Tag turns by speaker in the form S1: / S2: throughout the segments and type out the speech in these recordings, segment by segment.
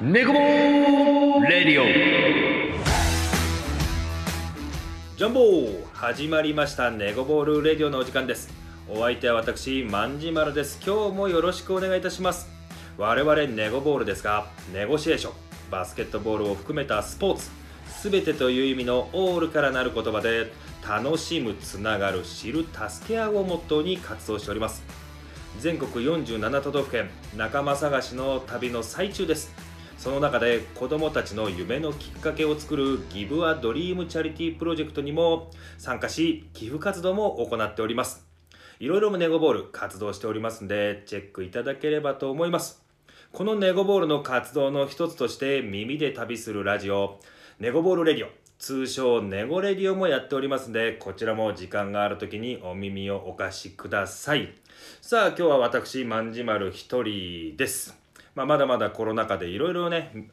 S1: ネコボーレディオ
S2: ジャンボ始まりましたネゴボールレディオのお時間ですお相手は私まんじまるです今日もよろしくお願いいたします我々ネゴボールですがネゴシエーションバスケットボールを含めたスポーツすべてという意味のオールからなる言葉で楽しむつながる知る助け合うをモットーに活動しております全国47都道府県仲間探しの旅の最中ですその中で子どもたちの夢のきっかけを作るギブ・ア・ドリーム・チャリティープロジェクトにも参加し寄付活動も行っておりますいろいろもネゴボール活動しておりますんでチェックいただければと思いますこのネゴボールの活動の一つとして耳で旅するラジオネゴボールレディオ通称ネゴレディオもやっておりますんでこちらも時間がある時にお耳をお貸しくださいさあ今日は私まんじまる一人ですまあ、まだまだコロナ禍でいろいろね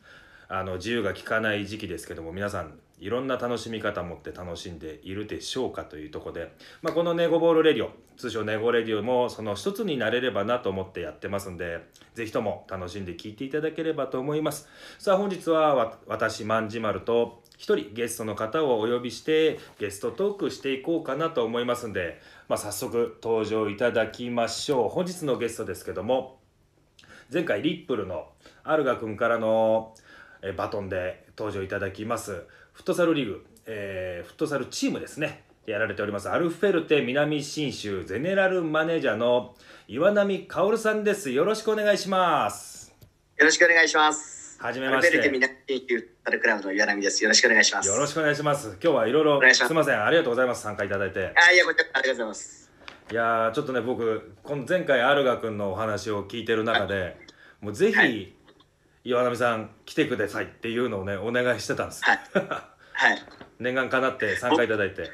S2: あの自由が利かない時期ですけども皆さんいろんな楽しみ方持って楽しんでいるでしょうかというところで、まあ、このネゴボールレディオ通称ネゴレディオもその一つになれればなと思ってやってますんでぜひとも楽しんで聞いていただければと思いますさあ本日はわ私まんじまると一人ゲストの方をお呼びしてゲストトークしていこうかなと思いますんで、まあ、早速登場いただきましょう本日のゲストですけども前回リップルのアルガ君からのえーバトンで登場いただきますフットサルリーグ、えーフットサルチームですねやられておりますアルフェルテ南信州ゼネラルマネージャーの岩波薫さんですよろしくお願いします
S3: よろしくお願いします。
S2: はじめ
S3: アル
S2: ま
S3: ベ
S2: し
S3: ルテミ
S2: て
S3: ナ研究タルクラブの岩波です。よろしくお願いします。
S2: よろしくお願いします今日はいろいろ
S3: お願いします
S2: すいませんありがとうございます参加いただいて
S3: あ、いや、こちらこそありがとうございます。
S2: いやーちょっとね僕この前回アルガ君のお話を聞いてる中でもうぜ
S3: は
S2: ひ岩波さん来てくださいっていうのをねお願いしてたんです
S3: はい。はい。
S2: 念願かなって参加いただいて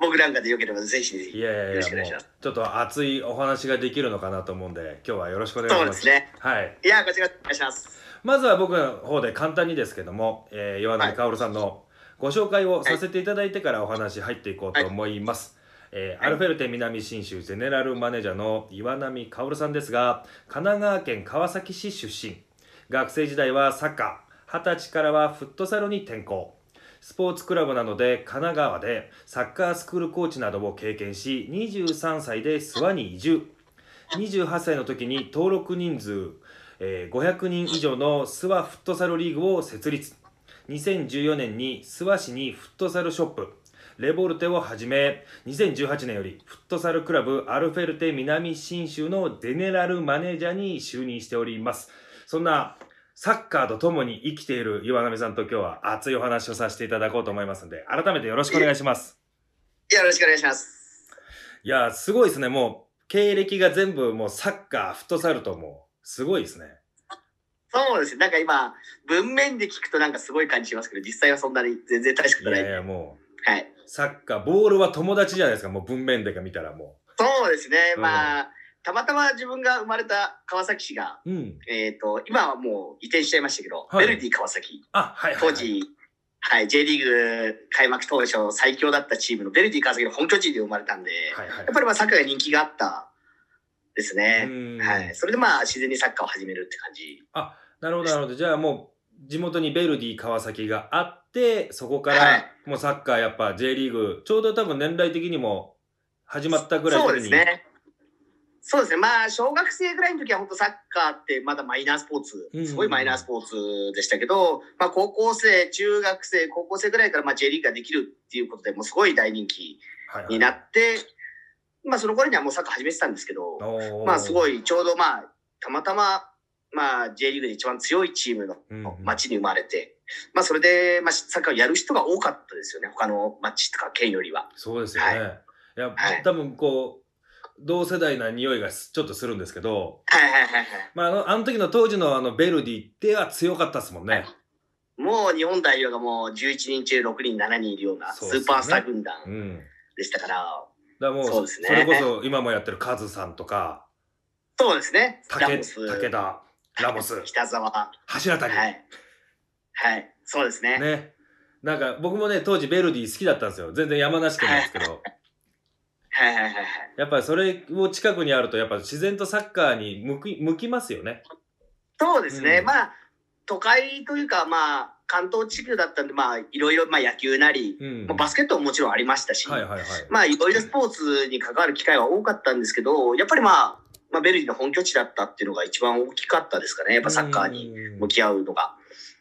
S3: 僕なんかでよければ、ぜひぜ
S2: い
S3: ひ。
S2: やい
S3: よ
S2: や
S3: ろ
S2: い
S3: しくお
S2: や
S3: 願い
S2: も
S3: し
S2: う
S3: ます。
S2: ちょっと熱いお話ができるのかなと思うんで今日はよろしくお願いします
S3: そうですね
S2: はい、
S3: いや、こちらこそお願いします。
S2: まずは僕の方で簡単にですけども、えー、岩波薫さんのご紹介をさせていただいてからお話入っていこうと思います、えーア
S3: はい
S2: ルフェルテ南信州ゼネラルマネージャーの岩波薫さんですが神奈川県川崎市出身学生時代はサッカー二十歳からはフットサルに転向スポーツクラブなので神奈川でサッカースクールコーチなどを経験し23歳で諏訪に移住28歳の時に登録人数、えー500人以上の諏訪フットサルリーグを設立2014年に諏訪市にフットサルショップレボルテをはじめ2018年よりフットサルクラブアルフェルテ南信州のゼネラルマネージャーに就任しておりますそんなサッカーとともに生きている岩波さんと今日は熱いお話をさせていただこうと思いますので改めてよろしくお願いします
S3: よろしくお願いします。
S2: いやー、すごいですね。もう、経歴が全部、もうサッカー、フットサルともう、すごいですね。
S3: そうですね。なんか今、文面で聞くとなんかすごい感じしますけど、実際はそんなに全然大したこ
S2: い
S3: とない。
S2: やいや、も
S3: はい。
S2: う、サッカー、ボールは友達じゃないですか。もう文面でか見たらも
S3: そうですね。
S2: うん
S3: まあ、たまたま自分が生まれた川崎市が、
S2: う。うん。
S3: えっ、と、今はもう移転しちゃいましたけど、
S2: はい
S3: ベルディ川崎。
S2: あ、はい、はい。
S3: 当。時、はい、J リーグ開幕当初最強だったチームのベルディ川崎の本拠地で生まれたんで、
S2: はい、はい
S3: やっ。ぱりまあサッカーが人気があったです
S2: う
S3: ね。
S2: ん
S3: はい。それでまあ自然にサッカーを始めるって感じ。
S2: なるほど、なるほど。じゃあもう、地元にベルディ川崎があって、そこから、
S3: はい
S2: もうサッカー、やっぱ J リーグ、ちょうど多分年代的にも、始まったぐらいの
S3: そう
S2: 時
S3: で
S2: に
S3: すね。そうですね。まあ小学生ぐらいの時は本当サッカーってまだマイナースポー
S2: うん
S3: ツ、すごいマイナースポーツでしたけど、まあ高校生、中学生、高校生ぐらいからまあ J リーグができるっていうことでもうすごい大人気
S2: はいはい
S3: になって、まあその頃にはもうサッカー始めてたんですけど、
S2: おー
S3: まあすごいちょうどまあたまたままあ J リーグで一番強いチームの
S2: うんうん
S3: 町に生まれて、まあそれでまあサッカーをやる人が多かったですよね他の町とか県よりは。
S2: そうですよね。、
S3: はい
S2: や、
S3: はい
S2: 多分こう、同世代な匂いがすちょっとするんですけど、
S3: はいはいはいはい。
S2: まあ、あの、あの時の当時のあの、ベルディでは強かったですもんね。
S3: もう日本代表がもう11人中6人7人いるようなス
S2: そうですね
S3: ーパースター軍団
S2: うん。
S3: でしたから、
S2: だからもう、
S3: そ
S2: そう
S3: ですね
S2: れこそ今もやってるカズさんとか、
S3: そうですね。ラ
S2: 竹
S3: モス、
S2: 武田、ラモス、
S3: 北沢、は
S2: 柱谷、
S3: い。はい。そうですね。
S2: ね。なんか僕もね、当時ベルディ好きだったんですよ。全然山梨県なんですけ ど。
S3: はいはいはいはい。
S2: やっぱりそれを近くにあると、やっぱ自然とサッカーに向き向きますよね。
S3: そうですね。
S2: うん
S3: まあ、都会というか、まあ、関東地区だったんで、まあ、いろいろ、まあ、野球なり、
S2: うん
S3: まあ、バスケットももちろんありましたし、
S2: はいはいはい。
S3: まあ、いろいろスポーツに関わる機会は多かったんですけど、やっぱりまあ、まあ、ベルギーの本拠地だったっていうのが一番大きかったですかね。やっぱサッカーに
S2: うん
S3: 向き合うのが。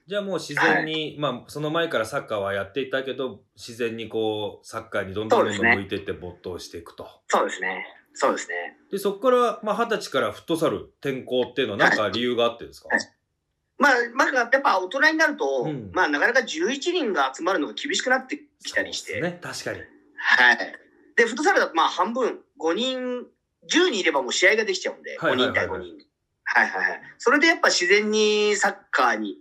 S2: じゃあもう自然に、まあその前からサッカーはやっていたけど、自然にこう、サッカーにどんどんどん
S3: そ
S2: ど
S3: うんですね
S2: 向いてって没頭していくと。
S3: そうですね。そうですね。
S2: で、そこから、まあ二十歳からフットサル転校っていうのは何か理由があってですか、
S3: はいまあ、まあ、やっぱ大人になると、
S2: うん
S3: まあ、なかなか11人が集まるのが厳しくなってきたりして、
S2: そうですね、確か
S3: はい。で、フットサルだと、まあ、半分、5人、10人いればもう試合ができちゃうんで、
S2: はいはい
S3: 5
S2: はい
S3: 人対5人。はいはいはい。それでやっぱ自然にサッカーに、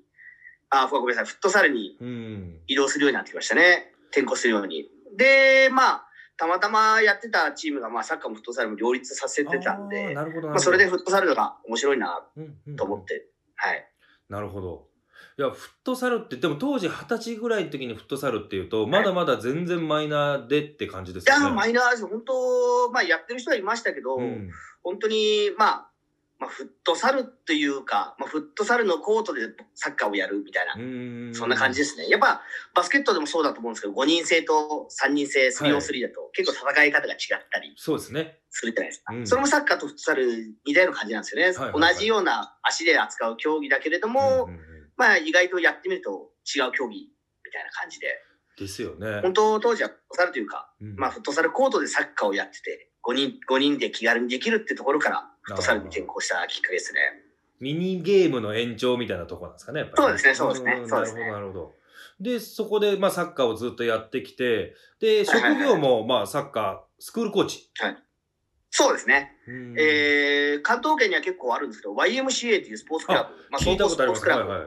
S3: あ、ごめんなさい、フットサルに
S2: に。うん。
S3: 移動するようになってきましたね。転校するように。で、まあ、たまたまやってたチームが、まあ、サッカーもフットサルも両立させてたん
S2: あー
S3: で、
S2: なるほどなるほど。
S3: まあ、それでフットサルが面白いな
S2: うんうん
S3: と思って、はい。
S2: なるほど。いや、フットサルって、でも当時二十歳ぐらいの時にフットサルっていうと、まだまだ全然マイナーでって感じです
S3: い
S2: よね。
S3: や、マイナーです本当、まあ、やってる人はいましたけど、
S2: うん
S3: 本当に、まあ、まあ、フットサルというか、まあ、フットサルのコートでサッカーをやるみたいな、
S2: うん。
S3: そんな感じですね。やっぱ、バスケットでもそうだと思うんですけど、5人制と3人制、3on3 だと、結構戦い方が違ったり
S2: そうですね。
S3: するじゃないですか。
S2: うん
S3: それもサッカーとフットサル似たような感じなんですよね。
S2: はいはいはい
S3: 同じような足で扱う競技だけれども、
S2: うんうんうん
S3: まあ、意外とやってみると違う競技みたいな感じで、
S2: ですよね。
S3: 本当、当時はフットサルというか、
S2: うん
S3: まあ、フットサルコートでサッカーをやってて、5人、5人で気軽にできるってところから、フットサルに転向したきっかけですね。
S2: ミニゲームの延長みたいなところなんですかね、やっぱり
S3: そうですねそうですね
S2: ん
S3: そうですね
S2: なるほど、なるほど。で、そこで、まあ、サッカーをずっとやってきて、で、
S3: はいはい
S2: 職業も、まあ、サッカー、スクールコーチ。
S3: そうですね。
S2: うん
S3: えー、関東圏には結構あるんですけど、YMCA っていうスポーツクラブ、ま
S2: 聞いたことあり
S3: 高校
S2: ま
S3: スポーツ
S2: す
S3: ク
S2: ね。は
S3: ラブ。
S2: い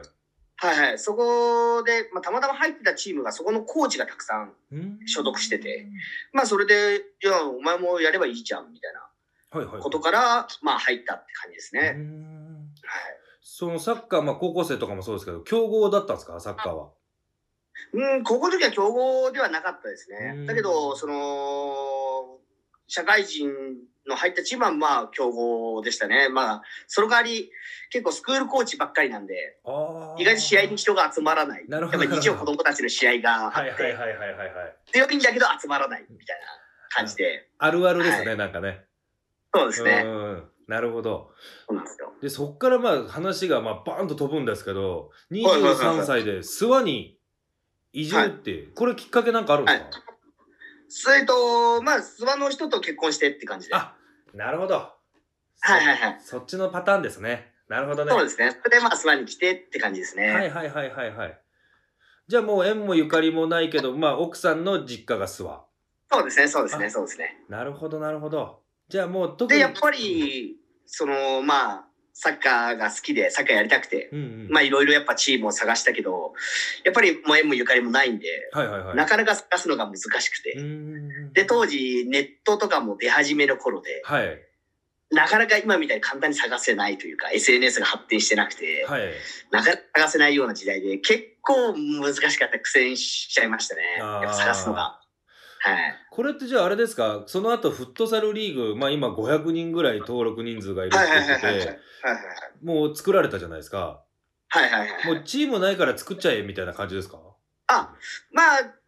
S3: はい
S2: はい
S3: はい。そこで、まあ、たまたま入ってたチームが、そこのコーチがたくさん、
S2: うん
S3: 所属してて。まあ、それで、いや、お前もやればいいじゃん、みたい
S2: はいはい。
S3: なことから、まあ、入ったって感じです
S2: う
S3: ね。
S2: ん
S3: はい
S2: そのサッカー、まあ、高校生とかもそうですけど、強豪だったんですか、サッカーは。
S3: うん、高校の時は強豪ではなかったです
S2: うん
S3: ね。だけど、その、社会人の入ったチームはまあ強豪でしたね。まあ、その代わり、結構スクールコーチばっかりなんで、
S2: あー
S3: 意外と試合に人が集まらない。
S2: なるほ
S3: や
S2: ど
S3: っぱ日曜子供たちの試合があって、
S2: はいはいはいはいはいはい。
S3: 強いんだけど集まらないみたいな感じで。
S2: あるあるですね、なんかね。
S3: そうです
S2: う
S3: ね。
S2: ん。なるほど。
S3: そうなんですよ。
S2: でそっからまあ話がまあバーンと飛ぶんですけど
S3: はいはいはいは
S2: 23
S3: い
S2: 歳で諏訪に移住って、これきっかけなんかあるんですか、
S3: それと、まあ、諏訪の人と結婚してって感じで。はい
S2: あなるほどはい
S3: はいはい。
S2: そっちのパターンですねなるほどね
S3: そうですね。それでまあ、諏訪に来てって感じですね。
S2: はいはいはいはいはいじゃあもう縁もゆかりもないけどまあ奥さんの実家が諏訪
S3: そうですね、そうです
S2: あ
S3: ね、そうですね。
S2: なるほどなるほどじゃあもう特に
S3: で、やっぱり、その、まあ、サッカーが好きで、サッカーやりたくて、
S2: うんうん、
S3: まあ、いろいろやっぱチームを探したけど、やっぱり、もう縁もゆかりもないんで、
S2: はいはいはい
S3: なかなか探すのが難しく
S2: う
S3: て。
S2: ん
S3: で、当時、ネットとかも出始めの頃で、
S2: はい
S3: なかなか今みたいに簡単に探せないというか、SNS が発展してなくて、
S2: はい
S3: なかなか探せないような時代で、結構難しかった、苦戦しちゃいましたね。
S2: あー
S3: やっぱ探すのが。はい。
S2: これってじゃああれですかその後フットサルリーグまあ今500人ぐらい登録人数がいるって
S3: はいは
S2: 言
S3: い
S2: っ
S3: はい
S2: て
S3: はいはい。はい
S2: てもう作られたじゃないですか。
S3: はいはいはい。
S2: もうチームないから作っちゃえみたいな感じですか
S3: まあ、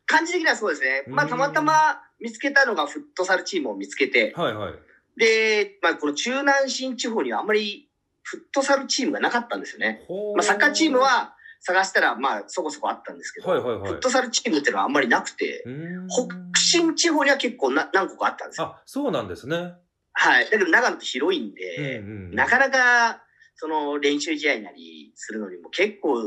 S3: 感じ的にはそうですね。ま
S2: う
S3: あ、
S2: ん
S3: たまたま見つけたのがフットサルチームを見つけて、
S2: はいはい。
S3: で、まあ、この中南新地方にはあんまりフットサルチームがなかったんですよね。
S2: ほ
S3: まあ、サッカーチーム、は探したら、まあ、そこそこあったんですけど、
S2: はいはいはい
S3: フットサルチームっていうのはあんまりなくて、
S2: うーん
S3: 北新地方には結構な何個かあったんですよ。
S2: あ、そうなんですね。
S3: はい。だけど、長野って広いんで、
S2: うんうん
S3: なかなか、その練習試合なりするのにも結構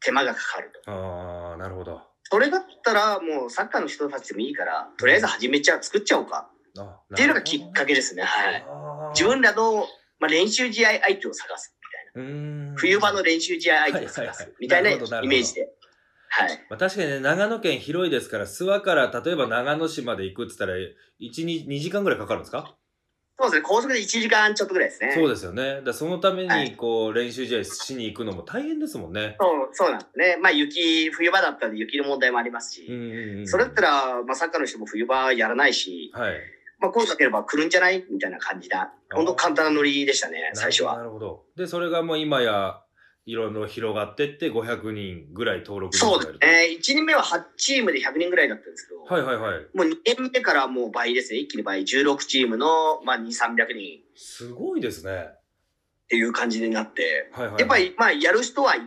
S3: 手間がかかると。
S2: ああ、なるほど。
S3: それだったらもうサッカーの人たちでもいいから、とりあえず始めちゃう、作っちゃおうか
S2: あ
S3: っていうのがきっかけですね。はい。自
S2: 分
S3: 分らの、まあ、練習試合相手を探すみたいな。冬場の練習試合相手を探
S2: はいはい
S3: す
S2: はい
S3: みたい
S2: な
S3: なイ
S2: るほどなるほど
S3: メージで。はい。
S2: まあ、確かにね、長野県広いですから、諏訪から例えば長野市まで行くって言ったら、1、2, 2時間ぐらいかかるんですか、
S3: そうですね。高速で1時間ちょっとぐらいですね。
S2: そう
S3: う
S2: ですよね。だそのため
S3: は
S2: に
S3: い
S2: こう、練習試合しに行くのも大変ですもんね。
S3: そうそうなんですね。まあ雪、冬場だったんで雪の問題もありますし、
S2: うんうんうん
S3: それだったら、まあ、サッカーの人も冬場やらないし、
S2: はい。
S3: まあ、声かければ来るんじゃないみたいな感じな、本当簡単なノリでしたね、最初は。
S2: なるほど。なるほどで、それがもう今や、いろいろ広がってって500人ぐらい登録人
S3: そう
S2: 数がいる
S3: です
S2: と
S3: ね。1年目は8チームで100人ぐらいだったんですけど、
S2: はいはいはい
S3: もう2年目からもう倍ですね。一気に倍。16チームの、まあ、2、300人っ
S2: すごいですね
S3: ていう感じになって、
S2: はいはいはい
S3: やっぱり、まあ、やる人はい、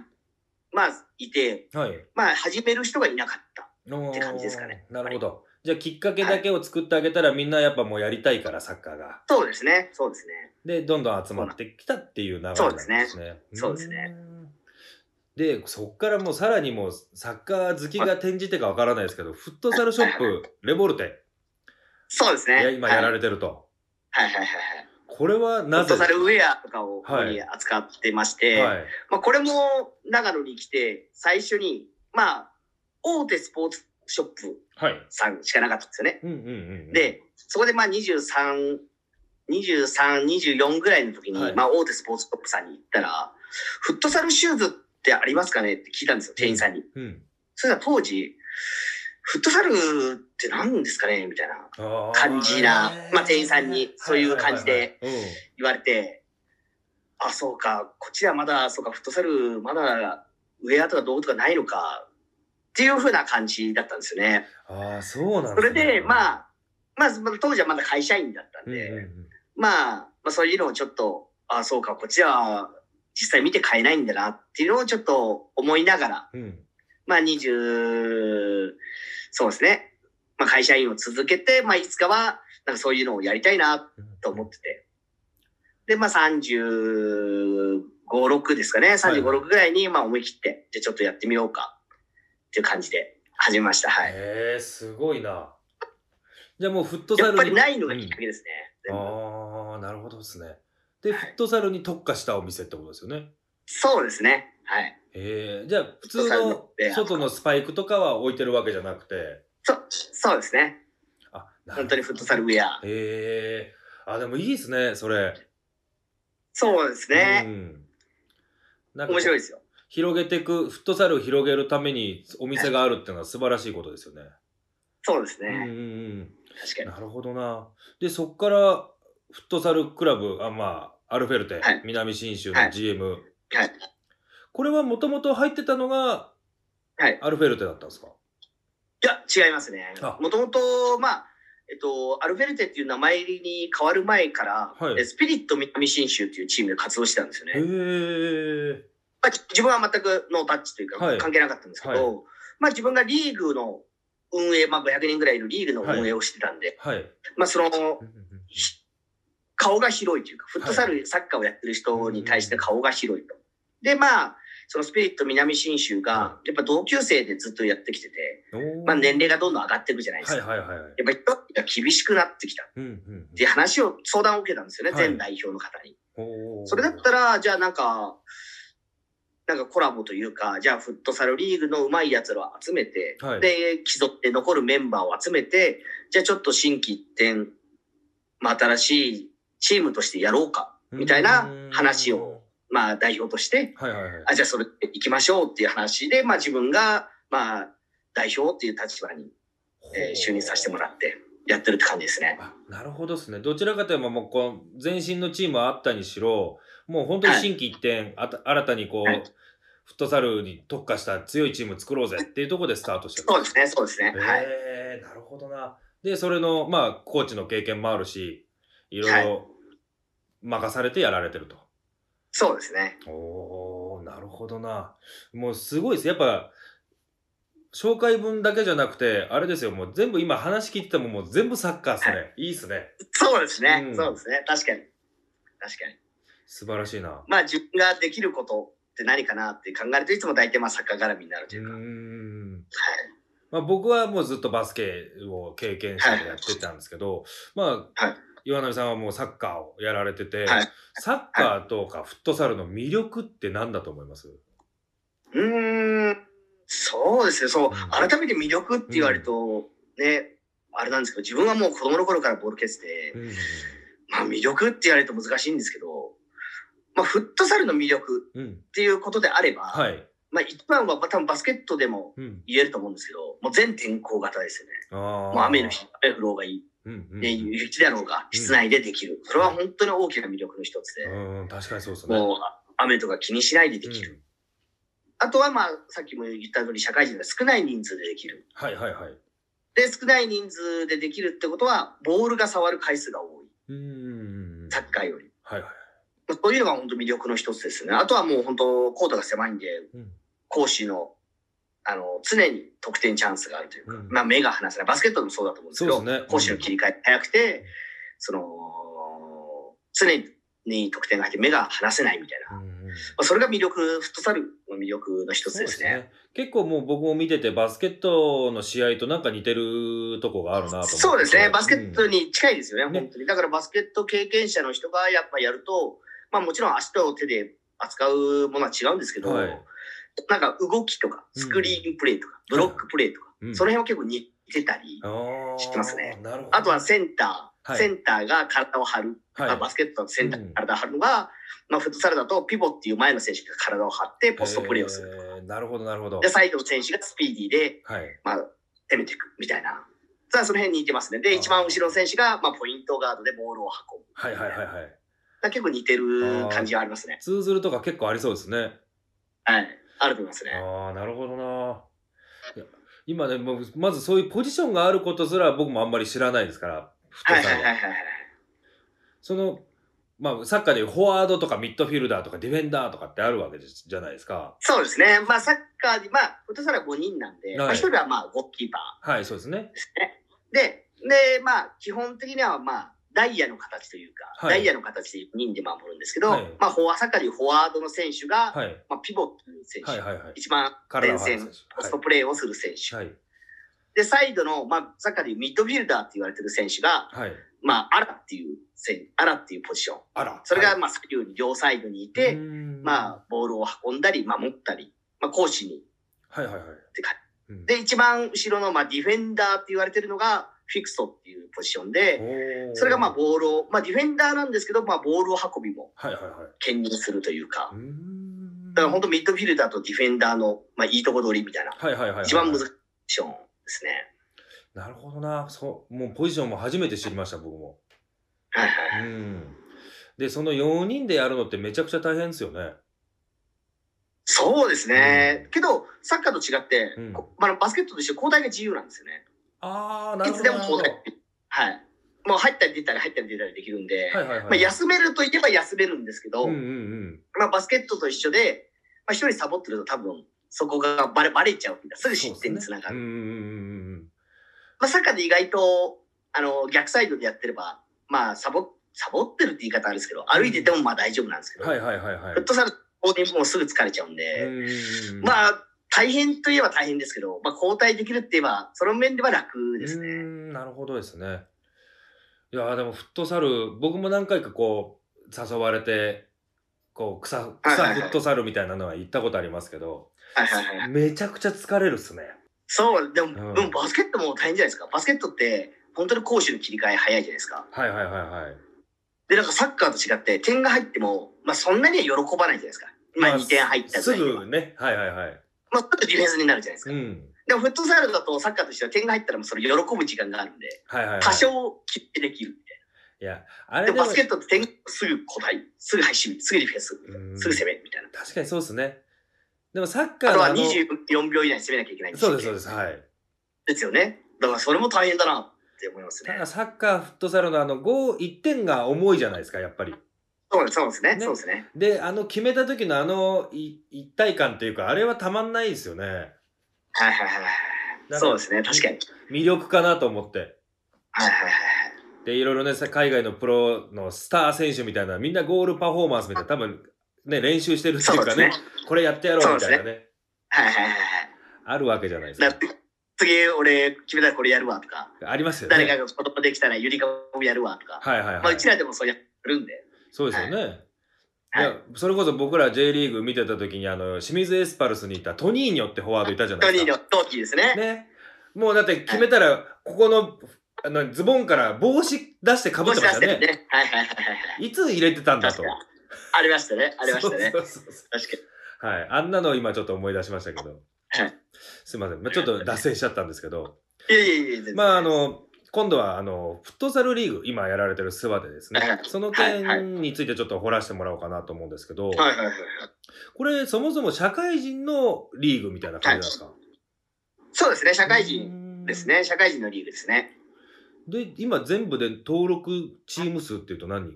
S3: まあ、いて、
S2: はい
S3: まあ、始める人がいなかった。
S2: って
S3: 感じですかね
S2: なるほどじゃあきっかけだけを作ってあげたらみんなやっぱもうやりたいからサッカーが
S3: そうですね。そうですね。
S2: でどんどん集まってきたっていう流れなん
S3: そうですね
S2: ね
S3: そうです
S2: う
S3: ね
S2: んでそっからもうさらにもうサッカー好きが転じてかわからないですけど フットサルショップレボルテ
S3: そうです
S2: や
S3: ね。
S2: 今やら
S3: れ
S2: れてると、
S3: はいはいはいはい。
S2: これは
S3: フ
S2: な
S3: ッ
S2: ぜ
S3: トサルウェアとかを主
S2: は
S3: に
S2: い
S3: 扱ってまして、
S2: はい
S3: まあ、これも長野に来て、最初に、まあ、大手スポーツショップ
S2: はい
S3: さんしかなかったんですよね。
S2: うんうんうんうん
S3: で、そこでまあ23、23、24ぐらいの時に、
S2: はい
S3: まあ大手スポーツショップさんに行ったら、フットサルシューズってありますかねって聞いたんですよ、店員さんに。
S2: うん
S3: それは当時、フットサルって何ですかねみたいな
S2: あー
S3: 感じな、まあ店員さんにそういう感じで。
S2: はいはいはいはい
S3: 言われて、あ、そうか、こっちはまだ、そうか、フットサル、まだ、ウェアとか道具とかないのか、っていう風な感じだったんですよね。
S2: うんああそうなん
S3: それで、ま
S2: あ、
S3: あ、まあ、まだ当時はまだ会社員だったん
S2: うんうん
S3: で、
S2: うん
S3: まあ、まあ、そういうのをちょっと、あ、そうか、こっちは、実際見て買えないんだなっていうのをちょっと思いながら、
S2: うん
S3: まあ20、そうですね。まあ会社員を続けて、まあいつかは、なんかそういうのをやりたいなと思ってて。で、まあ35、6ですかね。35、
S2: はい
S3: 6ぐらいに、まあ思い切って、じゃあちょっとやってみようか。っていう感じで始めました。はい。
S2: へえすごいなじゃあもうフットサル
S3: やっ
S2: に
S3: ぱりないのがきっかけですね。全部
S2: ああなるほどですねで、
S3: はい
S2: フットサルに特化したお店ってことですよね
S3: そうですね。はい。
S2: ええじゃあ普通
S3: フットサルの
S2: の
S3: ウェア
S2: 外のスパイクとかは置いてるわけじゃなくて
S3: そ、そうですね。
S2: あなるほど
S3: 本当にフットサルウェア。
S2: ええあでもいいですねそれ
S3: そうです
S2: う
S3: ね。
S2: ん、なんか
S3: 面白いですよ。
S2: 広げていくフットサルを広げるためにお店があるっていうのは素晴らしいことですよね。
S3: そうです
S2: うんう
S3: ね。
S2: ん
S3: 確
S2: う
S3: か
S2: ん、
S3: に。
S2: なるほどな。でそこからフットサルクラブあまあアルフェルテ、
S3: はい
S2: 南信州
S3: は
S2: の
S3: い
S2: GM、
S3: はい。
S2: これはもともと入ってたのが
S3: はい
S2: アルフェルテだったんですか、
S3: いや、違いますね
S2: あ。
S3: もともと、まあ、えっと、アルフェルテっていう名前に変わる前から、
S2: はい
S3: えスピリット南信州っていうチームで活動してたんですよ
S2: へ
S3: ね。
S2: え
S3: まあ、じ自分は全くノータッチというか、
S2: はい
S3: 関係なかったんですけど、
S2: は
S3: まあ自分がリーグの運営、まあ500人ぐらいいるリーグの運営をしてたんで、
S2: はい。
S3: まあその、ひ顔が広いというか、フットサル、
S2: は
S3: サッカーをやってる人に対して顔が広いと。で、まあ、そのスピリット南信州が
S2: は、
S3: やっぱ同級生でずっとやってきてて、
S2: おー
S3: まあ年齢がどんどん上がっていくじゃないです
S2: は
S3: か
S2: い。はいはい。
S3: やっぱり人々が厳しくなってきたっ
S2: うんうん
S3: ていう話を、相談を受けたんですよね、
S2: はい
S3: 全代表の方に。
S2: うん。
S3: それだったら、じゃあなんか、なんかコラボというか、じゃあフットサルリーグの上手い奴らを集めて、
S2: はい
S3: で、既存で残るメンバーを集めて、じゃあちょっと新規一転、まあ新しいチームとしてやろうか、みたいな話を、まあ代表として、
S2: はいはいはい。
S3: あ、じゃあそれ行きましょうっていう話で、まあ自分が、まあ代表っていう立場に、えー就任させてもらって、やってるって感じですね。
S2: あなるほどですね。どちらかといえばもうこの前身のチームはあったにしろ、もう本当に新規一転、あた新たにこう、
S3: はい
S2: フットサルに特化した強いチーム作ろうぜっていうところでスタートしてる。
S3: そうですね、そうですね。はい。
S2: えー、なるほどな。で、それの、まあ、コーチの経験もあるし、いろいろ任されてやられてると。
S3: そうですね。
S2: おー、なるほどな。もうすごいです。やっぱ、紹介文だけじゃなくて、あれですよ、もう全部今話聞いててももう全部サッカーですね。い、いっすね。
S3: そうですね、
S2: うん
S3: そうですね。確かに。確かに。
S2: 素晴らしいな。
S3: まあ、自分ができることって何かなって考えると、いつも大体まあ、サッカー絡みになると
S2: う
S3: いうか。はい。
S2: ーんまあ、僕はもうずっとバスケを経験してやってたんですけど、まあ、
S3: はい
S2: 岩波さんはもうサッカーをやられてて、
S3: はい
S2: サッカーとかフットサルの魅力って何だと思います、
S3: うーん、そうですね。そ
S2: う
S3: う。
S2: ん
S3: 改めて魅力って言われると、ね、あれなんですけど、自分はもう子供の頃からボール蹴ってて、
S2: うん
S3: まあ、魅力って言われると難しいんですけど、まあ、フットサルの魅力
S2: うん、
S3: っていうことであれば、
S2: はい、
S3: まあ、一番は多分バスケットでも
S2: うん、
S3: 言えると思うんですけど、もう全天候型ですよね。
S2: あ
S3: もう雨の日、雨降ろうがいい。
S2: うんうん
S3: ね、雪だろうが、室内でできる。それは本当に大きな魅力の一つで、
S2: うん、確かにそうですね。
S3: もう雨とか気にしないでできる。あとはまあ、さっきも言った通り、社会人が少ない人数でできる。
S2: はいはいはい。
S3: で、少ない人数でできるってことは、ボールが触る回数が多い。
S2: うーん。
S3: サッカーより。
S2: はいはい。
S3: まあそういうのが本当魅力の一つですね。あとはもう本当、コートが狭いんで、
S2: うん。
S3: 攻守の、あの、常に得点チャンスがあるというか、
S2: うん
S3: まあ目が離せない。バスケットもそうだと思うんですけ
S2: そ
S3: ど、
S2: うですね
S3: 攻守の切り替えが早くて、その、常に得点が入って目が離せないみたいな。
S2: うんうん
S3: まあ、それが魅力、フットサルの魅力の一つですね。。
S2: 結構もう僕も見ててバスケットの試合となんか似てるとこがあるなと思って。
S3: そうですね。バスケットに近いですよね、
S2: うんね
S3: 本当に。だからバスケット経験者の人がやっぱやると、まあもちろん足と手で扱うものは違うんですけど、
S2: はい
S3: なんか動きとか、スクリーンプレーとか、
S2: うん
S3: ブロックプレーとか、
S2: うん、
S3: その辺は結構似てたり、
S2: あー
S3: 知ってますね。
S2: なるほど。
S3: あとはセンター、
S2: はい
S3: センターが体を張る、まあ
S2: は
S3: バスケットのセンター
S2: うん
S3: が体を張るのが、まあフットサルだとピボっていう前の選手が体を張って
S2: い。
S3: ポストプレーをする。
S2: えーなるほどなるほど。
S3: で、サイドの選手がスピーディーで、
S2: はい。
S3: まあ、攻めていくみたいな。さあ、その辺に似てますね。で、
S2: あー
S3: 一番後ろの選手が、まあ、ポイントガードでボールを運ぶ。
S2: はいはいはいはい。
S3: だから結構似てる感じはありますね。
S2: 通ずるとか結構ありそうですね。
S3: はい。あると思いますね。
S2: ああ、なるほどな。いや今ね、もうまずそういうポジションがあることすら僕もあんまり知らないですから、フット
S3: はいは
S2: サ
S3: い
S2: ル
S3: はい
S2: は
S3: はいはい。
S2: その、まあ、サッカーでいうフォワードとかミッドフィルダーとかディフェンダーとかってあるわけじゃじゃないですか。
S3: そうですね。まあ、サッカーに、まあ、フットサルは5人なんで、
S2: はい
S3: まあ、1人はまあ、ゴッキーパ
S2: はい、そうですね。
S3: ー。で、で、まあ、基本的にはまあ、ダイヤの形というか、
S2: はい
S3: ダイヤの形で4人で守るんですけど、
S2: はい
S3: まあ、フォワサッカーでいうフォワードの選手が、
S2: はい。
S3: まあ、ピボットの選手、
S2: はいはいはい。
S3: 一番
S2: 体
S3: 前
S2: を張る
S3: 線
S2: 選、
S3: ポス
S2: 手
S3: トプレーをする選手。
S2: はい。はい。
S3: で、サイドの、まあ、サッカーでいうミッドフィルダーって言われてる選手が、
S2: はい。
S3: まあ、アラっていう選、アラっていうポジション。
S2: あら。
S3: それが、
S2: はい
S3: まあ、左右に両サイドにいうて、
S2: ーん
S3: まあ、ボールを運んだり、守ったり、まあ、攻守にっ
S2: はいはいはい。
S3: て感
S2: うん
S3: じ。で、一番後ろの、まあ、ディフェンダーって言われてるのが、フィクソっていうポジションで、
S2: おー
S3: それが、まあ、ボールを、まあ、ディフェンダーなんですけど、まあ、ボールを運びも
S2: はいはいはい。
S3: 兼任するというか
S2: う、ーん
S3: だから本当ミッドフィルダーとディフェンダーの、まあ、いいとこ取りみたいな、
S2: はいはいはいはい。
S3: 一番難しいポジションですね。
S2: なるほどな。そう。もうポジションも初めて知りました、僕も。
S3: はいはい。
S2: うん。で、その4人でやるのってめちゃくちゃ大変ですよね。
S3: そうですね。
S2: うん
S3: けど、サッカーと違って、
S2: うん
S3: こまあ、バスケットと一緒、交代が自由なんですよね。
S2: ああ、ないる
S3: つ
S2: ほ
S3: で
S2: ど。
S3: も
S2: なる
S3: 交
S2: ほど
S3: 代。はい。もう入ったり出たり入ったり出たりできるんで、
S2: はいはいはい。
S3: まあ、休めるといえば休めるんですけど、
S2: うんうんうん。
S3: まあ、バスケットと一緒で、まあ、一人サボってると多分、そこがバレバレちゃうみたいな、すぐ失点につなが
S2: う
S3: る。
S2: んうんうんうんうん。
S3: まあ、サッカーで意外と、あの、逆サイドでやってれば、まあ、サボ、サボってるって言い方あるんですけど、歩いててもまあ大丈夫なんですけど、
S2: はいはいはいはい
S3: フッ。トサル、ここにもうすぐ疲れちゃうんで、
S2: うんうんうん
S3: まあ、大変といえば大変ですけど、まあ、交代できるって言えば、その面では楽です
S2: うー
S3: ね。
S2: んなるほどですね。いやーでもフットサル僕も何回かこう誘われてこう草
S3: はいはい
S2: 草
S3: はい
S2: フットサルみたいなのは行ったことありますけど、
S3: はいはいはいはい。
S2: めちゃくちゃ疲れるっすね。
S3: そう、でも、
S2: うん
S3: でもバスケットも大変じゃないですか。バスケットって、本当に攻守の切り替え早いじゃないですか。
S2: はいはいはいはい。
S3: で、なんかサッカーと違って、点が入っても、まあ、そんなには喜ばないじゃないですか。まあ、2点入ったぐ
S2: す
S3: らいで
S2: ぐね。はいはいはい。
S3: まあ、ちょっとディフェンスになるじゃないですか。
S2: うん。
S3: でも、フットサルだとサッカーとしては点が入ったら、もうそれ喜ぶ時間があるんで、
S2: はいはい、はい。
S3: 多少切ってできる。
S2: いや、あれ
S3: で
S2: で
S3: も、
S2: も
S3: バスケットって点すぐ交代、すぐ配信、すぐディフェンス、
S2: うん
S3: すぐ攻めるみたいな。
S2: 確かにそうですね。でもサッカ
S3: あ
S2: ー
S3: と
S2: の
S3: は
S2: の
S3: 24秒以内に攻めなきゃいけないん
S2: そう
S3: よ
S2: で
S3: ね
S2: すそうです。はい。
S3: ですよね。だからそれも大変だなって思います
S2: た
S3: ね
S2: だ。サッカー、フットサルのあの5、1点が重いじゃないですか、やっぱり。
S3: そうですそうですね。
S2: ね
S3: そうですね。
S2: で、あの決めた時のあのい一体感というか、あれはたまんないですよね。
S3: はいはいはい
S2: なんか
S3: はい。そうですね。確かに。
S2: 魅力かなと思って。
S3: はいはいはい
S2: で、いろいろね、さ海外のプロのスター選手みたいな、みんなゴールパフォーマンスみたいな、多分ね、練習してる
S3: はい。
S2: ってい
S3: そううで
S2: か
S3: すね
S2: ね、。これやってやろうみたいなね、
S3: はいはいはいは
S2: あるわけじゃないです
S3: い。だ
S2: か
S3: っ。て次俺決めたらこれやるわとか、
S2: ありますよね。
S3: 誰かが子供できたらゆりかもやるわとか、
S2: はいはいはい。
S3: まあうちらでもそうやってるんで。
S2: そうですよね。
S3: はいい
S2: やそれこそ僕ら J リーグ見てた時にあの清水エスパルスにいたトニーニョってフォワードいたじゃな
S3: ト
S2: いで
S3: ニー
S2: す
S3: の
S2: か。
S3: 同期です ね。
S2: ね。もうだって決めたらここのあのズボンから帽子出してかぶ
S3: も
S2: っ
S3: して
S2: まし
S3: 出したてる
S2: ね。
S3: ね。はいはいはいはいはい。
S2: いつ入れてたんだと
S3: 確か。にありましたね。ありましたね。
S2: そうそうそうそ
S3: 確か
S2: うはい。あんなのを今ちょっと思い出しましたけど。
S3: はい
S2: すいません。まあちょっと脱線しちゃったんですけど。
S3: に。いやいやいや全然
S2: まああの今度はあのフットサルリーグ今やられてる諏訪でですね
S3: はい
S2: その
S3: はいは
S2: 件についてちょっと掘らしてもらおうかなと思うんですけど、
S3: はいはいはいはい。
S2: これ、そもそも社会人のリーグみたいな感じなんですか、
S3: そうですね、社会人ですね、社会人のリーグですね。
S2: で、今全部で登録チーム数っていうと何人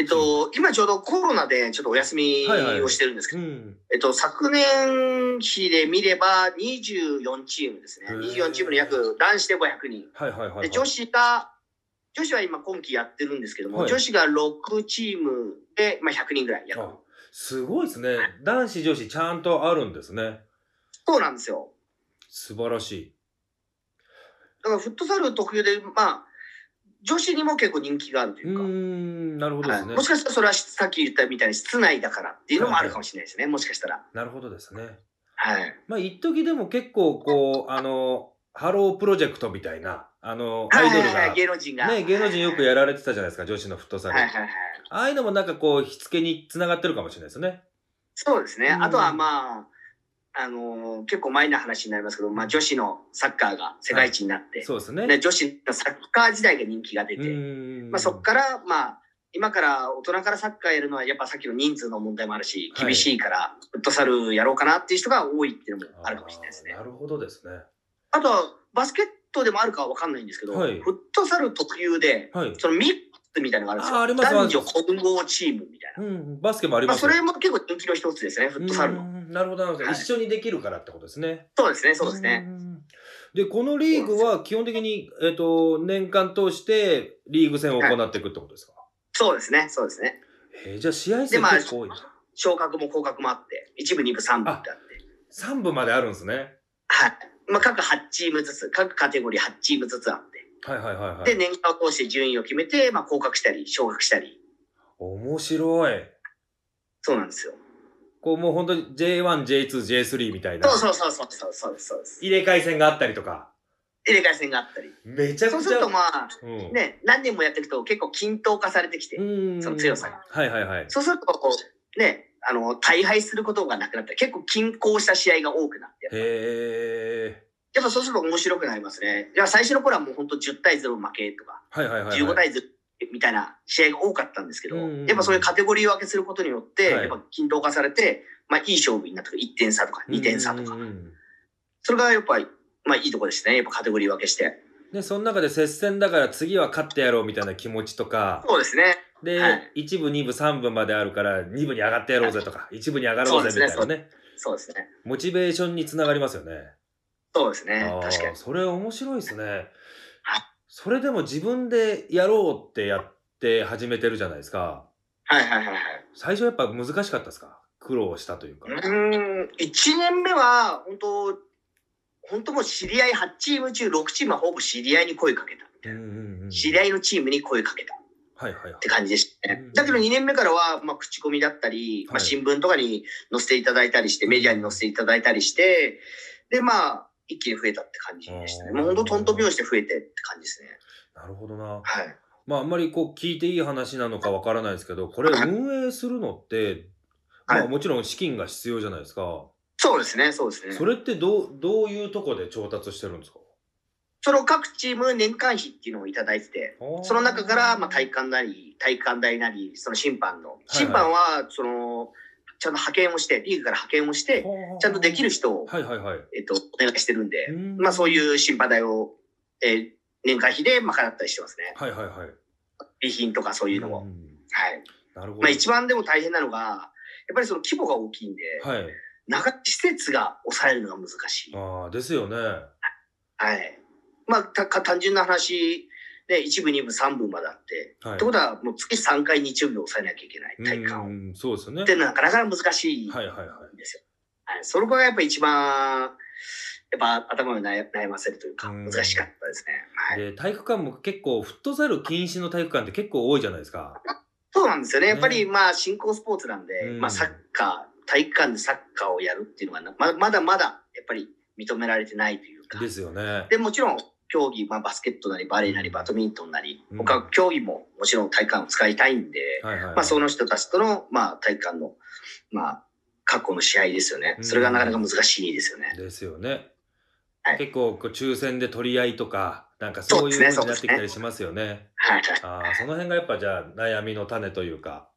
S3: えっと、今ちょうどコロナでちょっとお休み
S2: はいはい
S3: をしてるんですけど、
S2: ん。
S3: えっと、昨年比で見れば24チームですね。
S2: へー
S3: 24チームの約、男子で500人。
S2: はいはいはい、はい。
S3: で女子が、女子は今今季やってるんですけども、
S2: はい
S3: 女子が6チームで、まあ、100人ぐらい約
S2: あすごいですね。男子女子ちゃんとあるんですね。
S3: そうなんですよ。
S2: 素晴らしい。
S3: だからフットサル特有で、まあ、女子にも結構人気があるといううか、
S2: ーん、なるほどです
S3: は
S2: ね
S3: い。もしかしたらそれはさっき言ったみたいに室内だからっていうのもあるかもしれないですね、もしかしたら。
S2: なるほどですね。
S3: はい。
S2: まあ、一時でも結構、こう、あの、ハロープロジェクトみたいな、あの、アイドル
S3: はいはいはい
S2: が、
S3: 芸能人が。
S2: ね、芸能人よくやられてたじゃないですか、女子のフットサル。
S3: はいはいはい。
S2: ああいうのもなんかこう、火付けにつながってるかもしれないですね。
S3: そうですね。
S2: うん
S3: あとはまあ、あのー結構マイナーな話になりますけど、まあ女子のサッカーが世界一になって、
S2: そうですね。
S3: ね、女子のサッカー時代が人気が出
S2: う
S3: て、
S2: ーん。
S3: まあそこから、まあ、今から大人からサッカーやるのはやっぱさっきの人数の問題もあるし、
S2: はい
S3: 厳しいから、フットサルやろうかなっていう人が多いっていうのもあるかもしれないですね
S2: あー。なるほどですね。
S3: あとは、バスケットでもあるかはわかんないんですけど、
S2: はい
S3: フットサル特有で、
S2: はい。
S3: そのミックスみたいなのがあるんです
S2: あー
S3: よ。
S2: あります
S3: 男女混合チームみたいな。
S2: うん、バスケもあり
S3: ま
S2: ま
S3: あ、
S2: す
S3: そ
S2: よ
S3: れも結構人気の一つですね、フットサル
S2: う
S3: の。
S2: んなるほど、なるほど。
S3: はい
S2: 一緒にできるからってことですね。
S3: そうですね、そうですね。
S2: ん。で、このリーグは基本的に、えっ、と、年間通してリーグ戦を行っていくってことですか、
S3: そうですね、そうですね。
S2: えーじゃあ試合数
S3: でまあ
S2: 結構多い。
S3: 昇格も降格もあって、1部、2部、3部ってあって。
S2: 3部まであるんですね。
S3: はい。まあ、各8チームずつ、各カテゴリー8チームずつあって。
S2: はいはいはいは
S3: で、
S2: い。
S3: 年間を通して順位を決めて、まあ、降格したり、昇格したり。
S2: 面白い。
S3: そうなんですよ。
S2: こうもう本当に J1、J2、J3 みたいな。
S3: そうそうそうそうそうそうです、そうです。
S2: 入れ替え戦があったりとか。
S3: 入れ替え戦があったり。
S2: めちゃくちゃ。
S3: そうするとまあ、
S2: うん。
S3: ね、何年もやっていくと結構均等化されてきて、
S2: うん。
S3: その強さが。
S2: はいはいはい。
S3: そうするとこう、ね、あの、大敗することがなくなったり、結構均衡した試合が多くなって、
S2: へえ。
S3: やっぱそうすると面白くなりますね。いや最初の頃はもう本当10対0負けとか、
S2: はいはいはい、
S3: 15
S2: はい。
S3: 対0みたいな試合が多かったんですけど、
S2: うん
S3: やっぱそういうカテゴリーを分けすることによって、
S2: はい
S3: やっぱ均等化されて、まあいい勝負になったとか、1点差とか2点差とか
S2: うん、うんうん
S3: それがやっぱり、まあいいとこですね。やっぱカテゴリー分けして。
S2: で、その中で接戦だから次は勝ってやろうみたいな気持ちとか。
S3: そうですね。
S2: で、
S3: はい
S2: 一部、二部、三部まであるから、二部に上がってやろうぜとか、一部に上がろうぜみたい
S3: そ
S2: な
S3: うで
S2: ね。
S3: そうですね。
S2: モチベーションにつながりますよね。
S3: そうです
S2: あ
S3: ね。
S2: ー
S3: 確かに。
S2: それ面白いですね
S3: はい。
S2: それでも自分でやろうってやって始めてるじゃないですか。
S3: はいはいはいはい。
S2: 最初やっぱ難しかったですか苦労したというか。
S3: うーん、1年目は、本当本当もう知り合い8チーム中6チームはほぼ知り合いに声かけた。
S2: うんうんうん
S3: 知り合いのチームに声かけたっ
S2: はいはいはい
S3: て。感じでしたね
S2: うん。
S3: だけど2年目からは、まあ、口コミだったり、ま
S2: は
S3: あ、
S2: い
S3: 新聞とかに載せていただいたりして、メディアに載せていただいたりして、で、まあ、一気に増えたって感じでした
S2: あ
S3: ね。
S2: ー
S3: もう本当トント拍子で増えてって感じですね。
S2: なるほどな。
S3: はい。
S2: まああんまりこう聞いていい話なのかわからないですけど、これ運営するのって、
S3: はい
S2: まあもちろん資金が必要じゃないですか。
S3: そうですね、そうですね。
S2: それってどう、どういうとこで調達してるんですか
S3: その各チーム年間費っていうのをいただいてて、その中から、まあ、体感なり、体感代なり、その審判の。審判は、その、ちゃんと派遣をして、リーグから派遣をして、ちゃんとできる人を、
S2: はいはいはい。
S3: えっと、お願いしてるんで、ま
S2: ま
S3: あ、そういう審判代を、えー年会費で賄ったりしてますね。
S2: はいはいはい。
S3: 備品とかそういうのも。
S2: ん
S3: はい。
S2: なるほど。
S3: まあ、一番でも大変なのが、やっぱりその規模が大きいんで、
S2: はい。
S3: なか施設が抑えるのが難しい。
S2: ああ、ですよね。
S3: はい。まあ、たか単純な話、ね、一部、二部、三部まであって、
S2: はい。
S3: ってことは、もう月3回日曜日を抑えなきゃいけない、体感を。
S2: うん、そうですよね
S3: っ。てなかなか難しいん
S2: はいはいはい。
S3: ですよ。はい、そこがやっぱ一番、やっぱ頭を悩悩ませるというか、
S2: うん
S3: 難しかったですね。はい。
S2: で、体育館も結構、フットサル禁止の体育館って結構多いじゃないですか。
S3: そうなんですよね。
S2: ね
S3: やっぱり、まあ、新興スポーツなんで、
S2: うん
S3: まあ、サッカー、体育館でサッカーをやるっていうのはな、ままだまだ、やっぱり認められてないというか。
S2: ですよね。
S3: で、もちろん、競技、まあ、バスケットなり、バレーなり、バドミントンなり
S2: う、ん
S3: 他競技ももちろん体育館を使いたいんで、
S2: はいはいはい。
S3: まあ、その人たちとの、まあ、体育館の、まあ、過去の試合ですよね。それがなかなか難しいですよね。
S2: ですよね
S3: は。い
S2: 結構、こう抽選で取り合いとか、なんかそういう風に
S3: そう
S2: な
S3: で
S2: っ
S3: す
S2: てき
S3: ね
S2: たりしますよね。
S3: はいはい。
S2: ああ、その辺がやっぱじゃあ、悩みの種というか。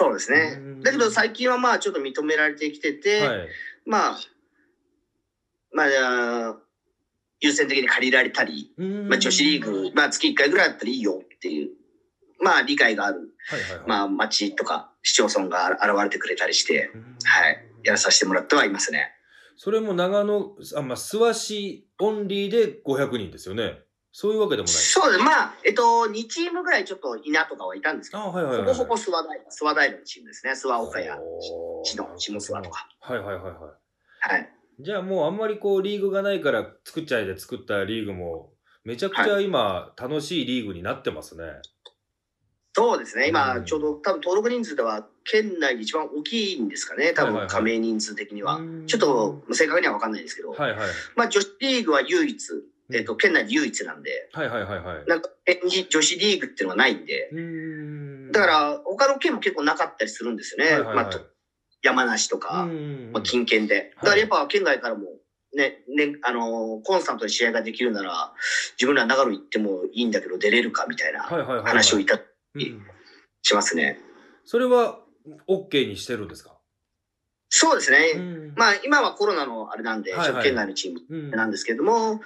S3: そうですね
S2: うん。
S3: だけど最近はまあちょっと認められてきてて、
S2: はい。
S3: まあ、まあ、優先的に借りられたり、
S2: ま
S3: まあ、女子リーグ、まあ、月1回ぐらいだったらいいよっていう、まあ、理解がある、
S2: はいはいはい。
S3: まあ、町とか市町村が現れてくれたりして、
S2: うん
S3: はい、やらさせてもらってはいますね。
S2: それも長野、あ、まあ、諏訪市オンリーで500人ですよね。そういうわけでもない。
S3: そうです。まあ、えっと、2チームぐらいちょっと稲とかはいたんですけど、
S2: あ、はいはい
S3: ほ
S2: は
S3: ぼ
S2: い。
S3: ほぼ諏訪大、諏訪大のチームですね。諏訪岡や、
S2: ほう
S3: 下下諏訪とか。
S2: はいはいはいは
S3: はい。
S2: い。じゃあもうあんまりこうリーグがないから作っちゃいで作ったリーグもめちゃくちゃ今楽しいリーグになってますね。
S3: そうですね。
S2: う
S3: 今、
S2: ん
S3: ちょうど多分登録人数では、県内で一番大きいんですかね。多
S2: はいはいは
S3: 分、
S2: い
S3: 加盟人数的には。
S2: うん
S3: ちょっと、正確には分かんないですけど、
S2: はいはい。
S3: まあ、女子リーグは唯一、えっと、県内で唯一なんで、
S2: はいはいはいはい。
S3: なんか、え女子リーグっていうのはないんで、
S2: うん
S3: だか、ら、他の県も結構なかったりするんですよね。
S2: はいはい
S3: まあ
S2: は
S3: と、山梨とか、
S2: いうん
S3: まあ、近県で。
S2: い
S3: だからやっぱ県外からも、ね、ね、あのーコンスタントに試合ができるなら、自分ら長野行ってもいいんだけど出れるかみたいな
S2: はいはいはいはい
S3: 話をいた、
S2: うん
S3: しますね。
S2: それは OK にしてるんですか
S3: そうですね。
S2: あ、
S3: まあ、今はコロナのあれなんで、
S2: はいはい
S3: ちょっと県外のチーム
S2: うん
S3: なんですけども、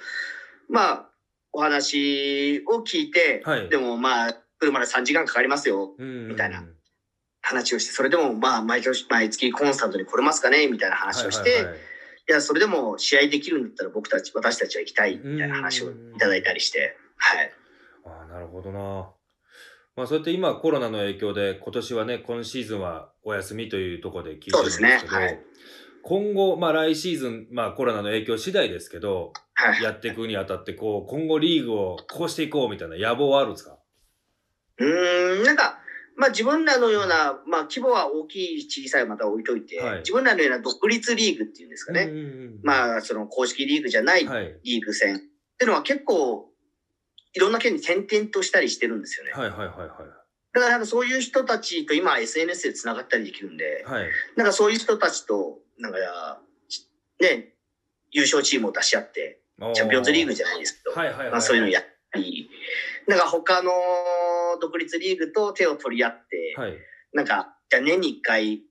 S3: まあ、お話を聞いて、
S2: はい
S3: でもまあ、車で3時間かかりますよみたいな話をして、それでもまあ毎年、毎月コンスタントに来れますかねみたいな話をして、いや、それでも試合できるんだったら僕たち、私たちは行きたいみたいな話をいただいたりして、はい。
S2: ああ、なるほどな。まあ、そうやって今コロナの影響で、今年はね、今シーズンはお休みというところで聞いてるんですけど、
S3: そうですねはい
S2: 今後、まあ来シーズン、まあコロナの影響次第ですけど、
S3: はい。
S2: やっていくにあたって、こう、今後リーグをこうしていこうみたいな野望はあるんですか
S3: うーん、なんか、まあ自分らのような、まあ規模は大きい、小さいまた置いといて、
S2: はい
S3: 自分らのような独立リーグっていうんですかね。
S2: ねあ、
S3: まあその公式リーグじゃない
S2: はい、
S3: リーグ戦っていうのは結構、いろんな県に転々としたりしてるんですよね。
S2: はいはいはいは
S3: だからなんかそういう人たちと今 SNS で繋がったりできるんで、
S2: い。はい。
S3: なんかそういう人たちと、なんか、ね、優勝チームを出し合って、チャンピオンズリーグ
S2: じ
S3: じゃないですけど、
S2: はいはいはい、
S3: まあ、そういうのやったり、なんか他の独立リーグと手を取り合って、
S2: はい。
S3: なんか、じゃあ年に一回、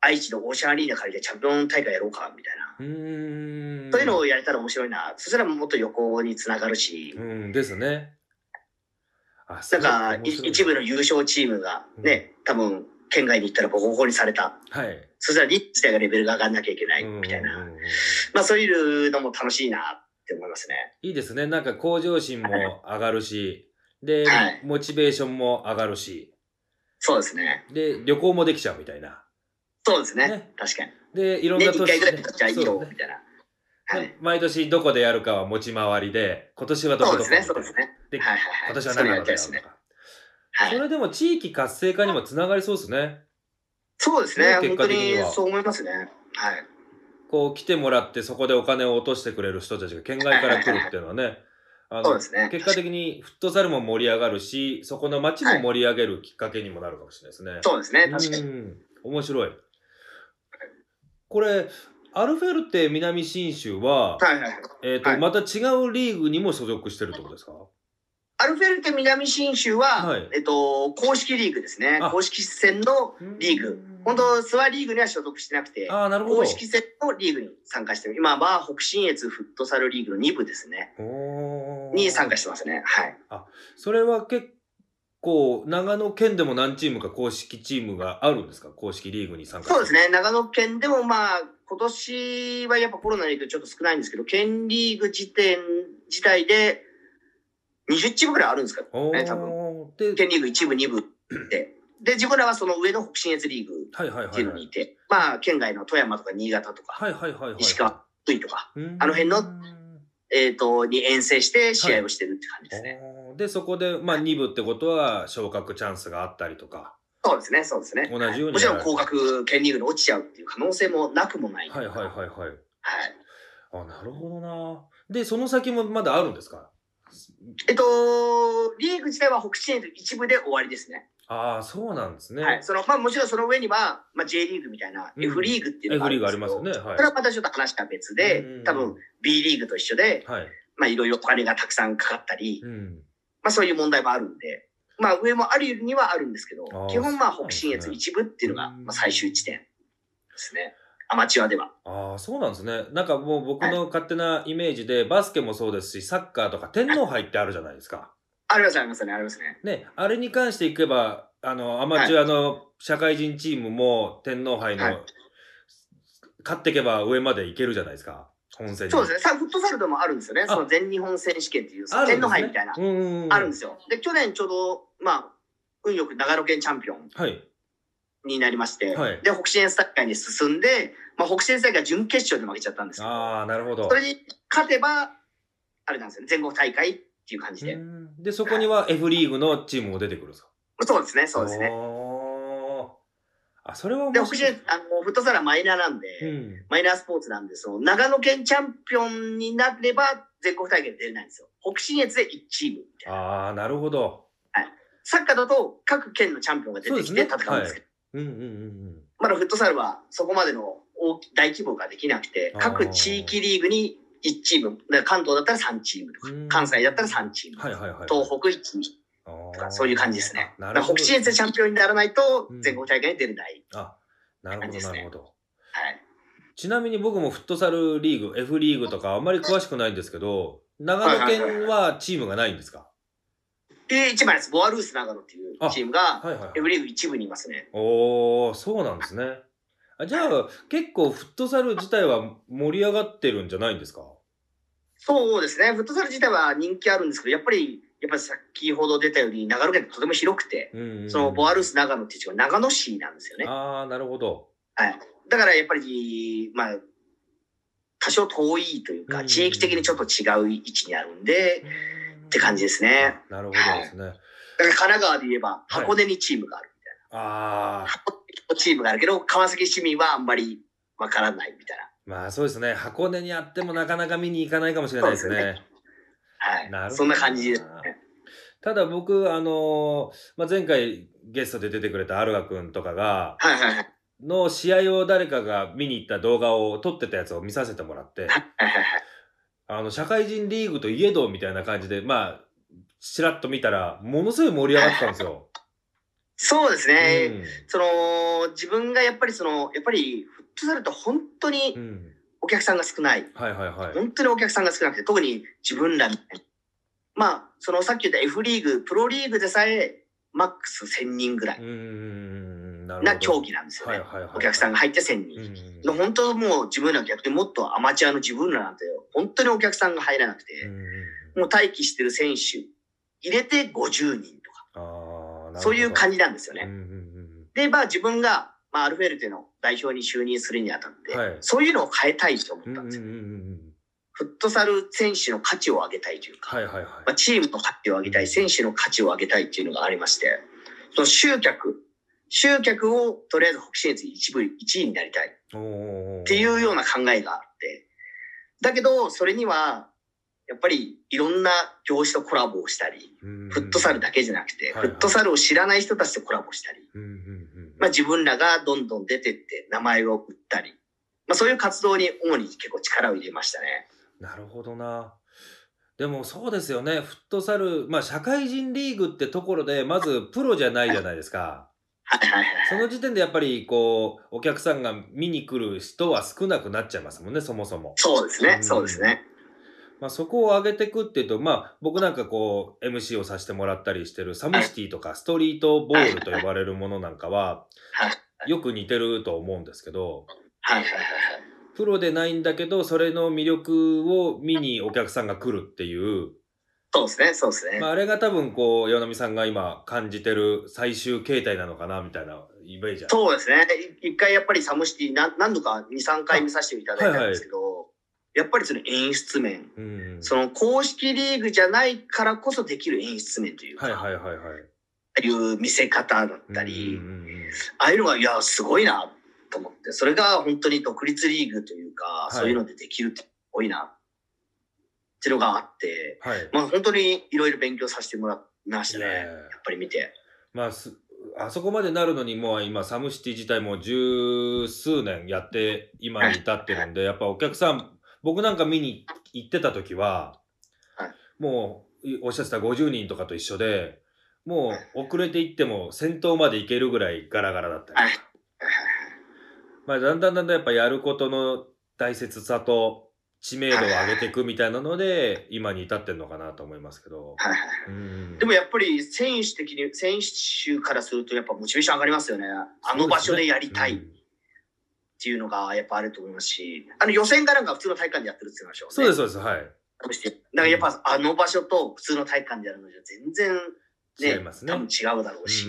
S3: 愛知のオーシャンアリーナ借りてチャンピオン大会やろうか、みたいな。
S2: うーん。
S3: そういうのをやれたら面白いな。そしたらもっと横につながるし、
S2: うんですね。あ、す
S3: な
S2: ご
S3: ん
S2: い
S3: か、
S2: 面白
S3: い
S2: い
S3: 一部の優勝チームがね、多分、県外に行ったらボコボコにされた。
S2: はい。
S3: そしたらリッチだがレベルが上がんなきゃいけない、みたいな。
S2: うんうんうんうん
S3: まあそういうのも楽しいなって思いますね。
S2: いいですね。なんか向上心も上がるし、で、
S3: はい
S2: モチベーションも上がるし、
S3: そうですね。
S2: で、旅行もできちゃうみたいな。
S3: そうですね。
S2: ね
S3: 確かに。
S2: で、いろん
S3: 年
S2: な
S3: に1回ぐらい
S2: ね
S3: 取っちゃいい
S2: そ
S3: よ、
S2: うね
S3: みたいな。はい。
S2: 毎年どこでやるかは持ち回りで、今年はど
S3: そ
S2: こ
S3: うで
S2: どこ
S3: す
S2: みたいな
S3: ね、そうですね。
S2: で
S3: はいはいはい。
S2: 今年は
S3: それ
S2: 何
S3: や
S2: や
S3: り
S2: るかや
S3: たいで
S2: る
S3: す
S2: と
S3: ね。
S2: か。
S3: は
S2: そ
S3: い。
S2: れでも地域活性化にもつながりそうですね。
S3: そうですね。
S2: 結
S3: 本
S2: 果
S3: 当
S2: 的には
S3: にそう思いますね。はい。
S2: こう来てもらってそこでお金を落としてくれる人たちが県外から来るっていうのはね、あ
S3: そう
S2: の
S3: で、すね。
S2: 結果的にフットサルも盛り上がるし、そこの街も盛り上げるきっかけにもなるかもしれないですね。
S3: そうですね。確か
S2: う
S3: に。
S2: ん面白い。これ、アルフェルテ南信州は、
S3: はいはいはい。
S2: えーと
S3: はい
S2: また違うリーグにも所属してるってことですか
S3: アルフェルテ南信州は、
S2: はい
S3: えっと、公式リーグですね
S2: あ。
S3: 公式戦のリーグ。本当、諏訪リーグには所属してなくて、
S2: ああ、なるほど
S3: 公。式戦のリーグに参加してる。今は北信越フットサルリーグの2部ですね。
S2: おー
S3: に参加してますね。はい。
S2: それは結構、長野県でも何チームか公式チームがあるんですか公式リーグに参加
S3: そうです。ね。長野県でもまあ、今年はやっぱコロナの影響ちょっと少ないんですけど、県リーグ時点、自体で20チームぐらいあるんですか
S2: お
S3: ね、多分。
S2: ーで、
S3: 県リーグ1部、2部で。で、自分らはその上の北信越リーグ
S2: はいはい
S3: っ
S2: は
S3: てい
S2: いう
S3: の
S2: は
S3: に
S2: い。
S3: いて、まあ、県外の富山とか新潟とか、
S2: はいはいはいはい。
S3: 石川福井とか、
S2: うん
S3: あの辺のえっ、と、に遠征して試合をしてるって感じですね。
S2: おーで、そこで、まあ、2部ってことは昇格チャンスがあったりとか、
S3: そうですね、そうですね。
S2: 同じように
S3: もちろん、降格、県リーグに落ちちゃうっていう可能性もなくもない。
S2: はいはい
S3: はい。
S2: はいはい。あ、なるほどな。で、その先もまだあるんですか
S3: えっと、リーグ自体は北信越一部で終わりですね。
S2: ああ、そうなんですね。
S3: はい。その、まあもちろんその上には、まあ J リーグみたいな
S2: うん
S3: F リーグっていうの
S2: F リーグあ
S3: がある
S2: り
S3: んで
S2: ます
S3: すけ
S2: よ
S3: ど、
S2: ね。はい
S3: それ。はまたちょっと話は別で
S2: うん、
S3: 多分、B リーグと一緒で、
S2: はい。
S3: まあいろいろお金がたくさんかかったり、
S2: うん。
S3: まあそういう問題もあるんで、まあ上もあるにはあるんですけど
S2: あー、
S3: 基本まあ北
S2: そう
S3: 信
S2: なんです
S3: 越
S2: ね
S3: 一部っていうのが
S2: うん
S3: まあ最終地点ですね。アマチュアでは。
S2: ああ、そうなんですね。なんかもう僕の勝手なイメージで、バスケもそうですし、サッカーとか天皇杯ってあるじゃないですか。
S3: ありますありますね、ありますね。
S2: ね、あれに関していけば、あの、アマチュアの社会人チームも天皇杯の、
S3: はい
S2: 勝っていけば上までいけるじゃないですか。本戦に。
S3: そうですね。さフットサルでもあるんですよね。
S2: あ
S3: その全日本選手権っていう、
S2: あるんですね。
S3: 天皇杯みたいな、
S2: うんうんうん。
S3: あるんですよ。で、去年ちょうど、まあ、運よく長野県チャンピオン
S2: はい。
S3: になりまして、
S2: はい
S3: で、北信越大会に進んで、まあ、北信越大会は準決勝で負けちゃったんですけど、
S2: ああ、なるほど
S3: そ。れに勝てば、あれなんですよね。全国大会っていう感じで。
S2: うんで、そこには F リーグのチームも出てくるんですか
S3: そうですね、そうですね。
S2: おーあ、それは
S3: で、
S2: 面
S3: 北
S2: 白
S3: 信
S2: い
S3: 越、あの、フットサルはマイナーなんで、
S2: うん。
S3: マイナースポーツなんで、その、長野県チャンピオンになれば、全国大会出れないんですよ。北信越で1チームみたいな。
S2: ああ、なるほど。
S3: サッカーだと、各県のチャンピオンが出てきて
S2: そうですね
S3: 戦うんですけど、
S2: うんうんうん
S3: まだフットサルはそこまでの大き大規模ができなくて
S2: あー、
S3: 各地域リーグに1チーム、だから関東だったら3チームとか
S2: う、ん
S3: 関西だったら3チー
S2: うん。
S3: ム、
S2: はいはいはい。
S3: 東北1チームと
S2: あー
S3: か、そういう感じですね。
S2: な
S3: だ
S2: る
S3: から
S2: ほど。
S3: 北信越でチャンピオンにならないと
S2: うん、
S3: 全国大会に出れない。
S2: あ、なるほどなるほど。
S3: はい。
S2: ちなみに僕もフットサルリーグ、F リーグとかあんまり詳しくないんですけど、長野県はチームがないんですか
S3: で、一番です。ボアルース長野っていうチームが、
S2: はいはいはい
S3: F リーグ一部にいますね。
S2: おー、そうなんですね。あじゃあ、結構フットサル自体は盛り上がってるんじゃないんですか
S3: そうですね。フットサル自体は人気あるんですけど、やっぱり、やっぱり先ほど出たように、長野県ってとても広くて、
S2: うんうん。
S3: そのボアルー
S2: ス
S3: ス長野っていう地区は長野市なんですよね。
S2: ああ、なるほど。
S3: だからやっぱり、まあ、多少遠いという
S2: う
S3: か、
S2: ん
S3: 地域的にちょっと違う位置にあるんで、って感じですね。
S2: なるほどですね。
S3: だから神奈川で言えば、箱根にチームがある。
S2: ああ、
S3: チームがあるけど、川崎市民はあんまりわからないみたい
S2: まあそうですね。箱根にあってもなかなか見に行かないかもしれないです
S3: そうで
S2: ね。な
S3: な。
S2: るほ
S3: はい。
S2: ど
S3: そんな感じですね。
S2: ただ僕、あのーまあ、前回ゲストで出てくれたアルガ君とかが、
S3: はいはいはい。
S2: の試合を誰かが見に行った動画を撮ってたやつを見させてもらって、
S3: はいはいはい。
S2: あの、社会人リーグといえどみたいな感じで、まあ、ちらっと見たら、ものすごい盛り上がってたんです よ。
S3: そうですね。
S2: う
S3: その、自分がやっぱりその、やっぱり、フットサルと本当に
S2: ん。うん。
S3: お客さんが少ない。
S2: はいはいはい。
S3: 本当にお客さんが少なくて、特に自分らみたいな。まあ、そのさっき言った F リーグ、プロリーグでさえ、マックス1000人ぐら
S2: う
S3: い
S2: ーん、なるほど。
S3: な競技なんですよ
S2: はい
S3: ね。
S2: はいはい。
S3: お客さん
S2: が。
S3: が入って1000
S2: う
S3: 人。
S2: ん。
S3: の本当もう自分ら逆にもっとアマチュアの自分らなんて、本当にお客さんが入らなく
S2: う
S3: て、
S2: ん
S3: もう待機してる選手、入れて50人
S2: ああ、
S3: と
S2: なるほど
S3: か、そういう感じなんです
S2: う
S3: よ
S2: ん
S3: ね。
S2: うん
S3: で、まあ自分が、まあアルフェルテの代表に就任するにあたって
S2: はい、
S3: そういうのを変えたいと思
S2: う
S3: っ
S2: ん。
S3: た
S2: うんん
S3: で
S2: うん
S3: す
S2: うんう
S3: よ。
S2: ん。
S3: フットサル選手の価値を上げたいというか、
S2: はいはいはい。
S3: まあ、チームの価値を上げたい、選手の価値を上げたいっていうのがありまして、その集客、集客をとりあえず北信越一部1位になりたいっ
S2: おー
S3: ていうような考えがあって、だけど、それには、やっぱりいろんな業種とコラボをしたり、
S2: うん
S3: フットサルだけじゃなくて、
S2: はいはい
S3: フットサルを知らない人たちとコラボしたり、
S2: うんうんうん
S3: まあ、自分らがどんどん出てって名前を売ったり、まあ、そういう活動に主に結構力を入れましたね。
S2: なるほどな。でもそうですよね、フットサル、まあ社会人リーグってところで、まずプロじゃないじゃないですか。
S3: はいはいはい。
S2: その時点でやっぱりこう、お客さんが見に来る人は少なくなっちゃいますもんね、そもそも。
S3: そうです
S2: う
S3: ね、
S2: ん
S3: そうですね。
S2: まあそこを上げてくっていうと、まあ僕なんかこう、MC をさせてもらったりしてるサムシティとかストリートボールと呼ばれるものなんかは
S3: は、
S2: よく似てると思うんですけど、
S3: はいはいはいはい。
S2: プロでないんだけど、それの魅力を見にお客さんが来るっていう、
S3: そうですね、そうですね。
S2: まあ、あれが多分こう、岩波さんが今感じてる最終形態なのかな、みたいなイメージある。
S3: そうですね。い一回やっぱりサムシティ何何度か2、3回見させていただいたんですけど、やっぱりその演出面、
S2: うん。
S3: その公式リーグじゃないからこそできる演出面というか、
S2: はいはい
S3: あ
S2: はいはい。
S3: あいう見せ方だったり、
S2: うんうんうん
S3: ああいうのが、いや、すごいなと思って、それが本当に独立リーグというか、
S2: い
S3: そういうのでできるって多いなっていうのがあって、
S2: はい。ね
S3: まあ本当にいろいろ勉強させてもらいましたね。やっ
S2: え
S3: ぱり見て。
S2: まあ、すあそこまでなるのにもう今サムシティ自体も十数年やって今に至ってるんでやっぱお客さん僕なんか見に行ってた時は、
S3: はい
S2: もういおっしゃってた50人とかと一緒でもう遅れていっても先頭まで行けるぐらいガラガラだったり、
S3: はい
S2: まあ、だんだんだんだんやっぱやることの大切さと知名度を上げていくみたいなので今に至ってんのかなと思いますけど、
S3: はいはい
S2: うん
S3: でもやっぱり選手的に、選手からするとやっぱモチベーション上がりますよね。あの場所でやりたいっ
S2: うん
S3: ていうのがやっぱあると思いますし、あの予選がなんか普通の体育館でやってるって言いましょう、ね。
S2: そうですそうですはい
S3: そして、だからやっぱあの場所と普通の体育館でやるのじゃ全然ね、
S2: 違いますね
S3: 多分違うだろうし、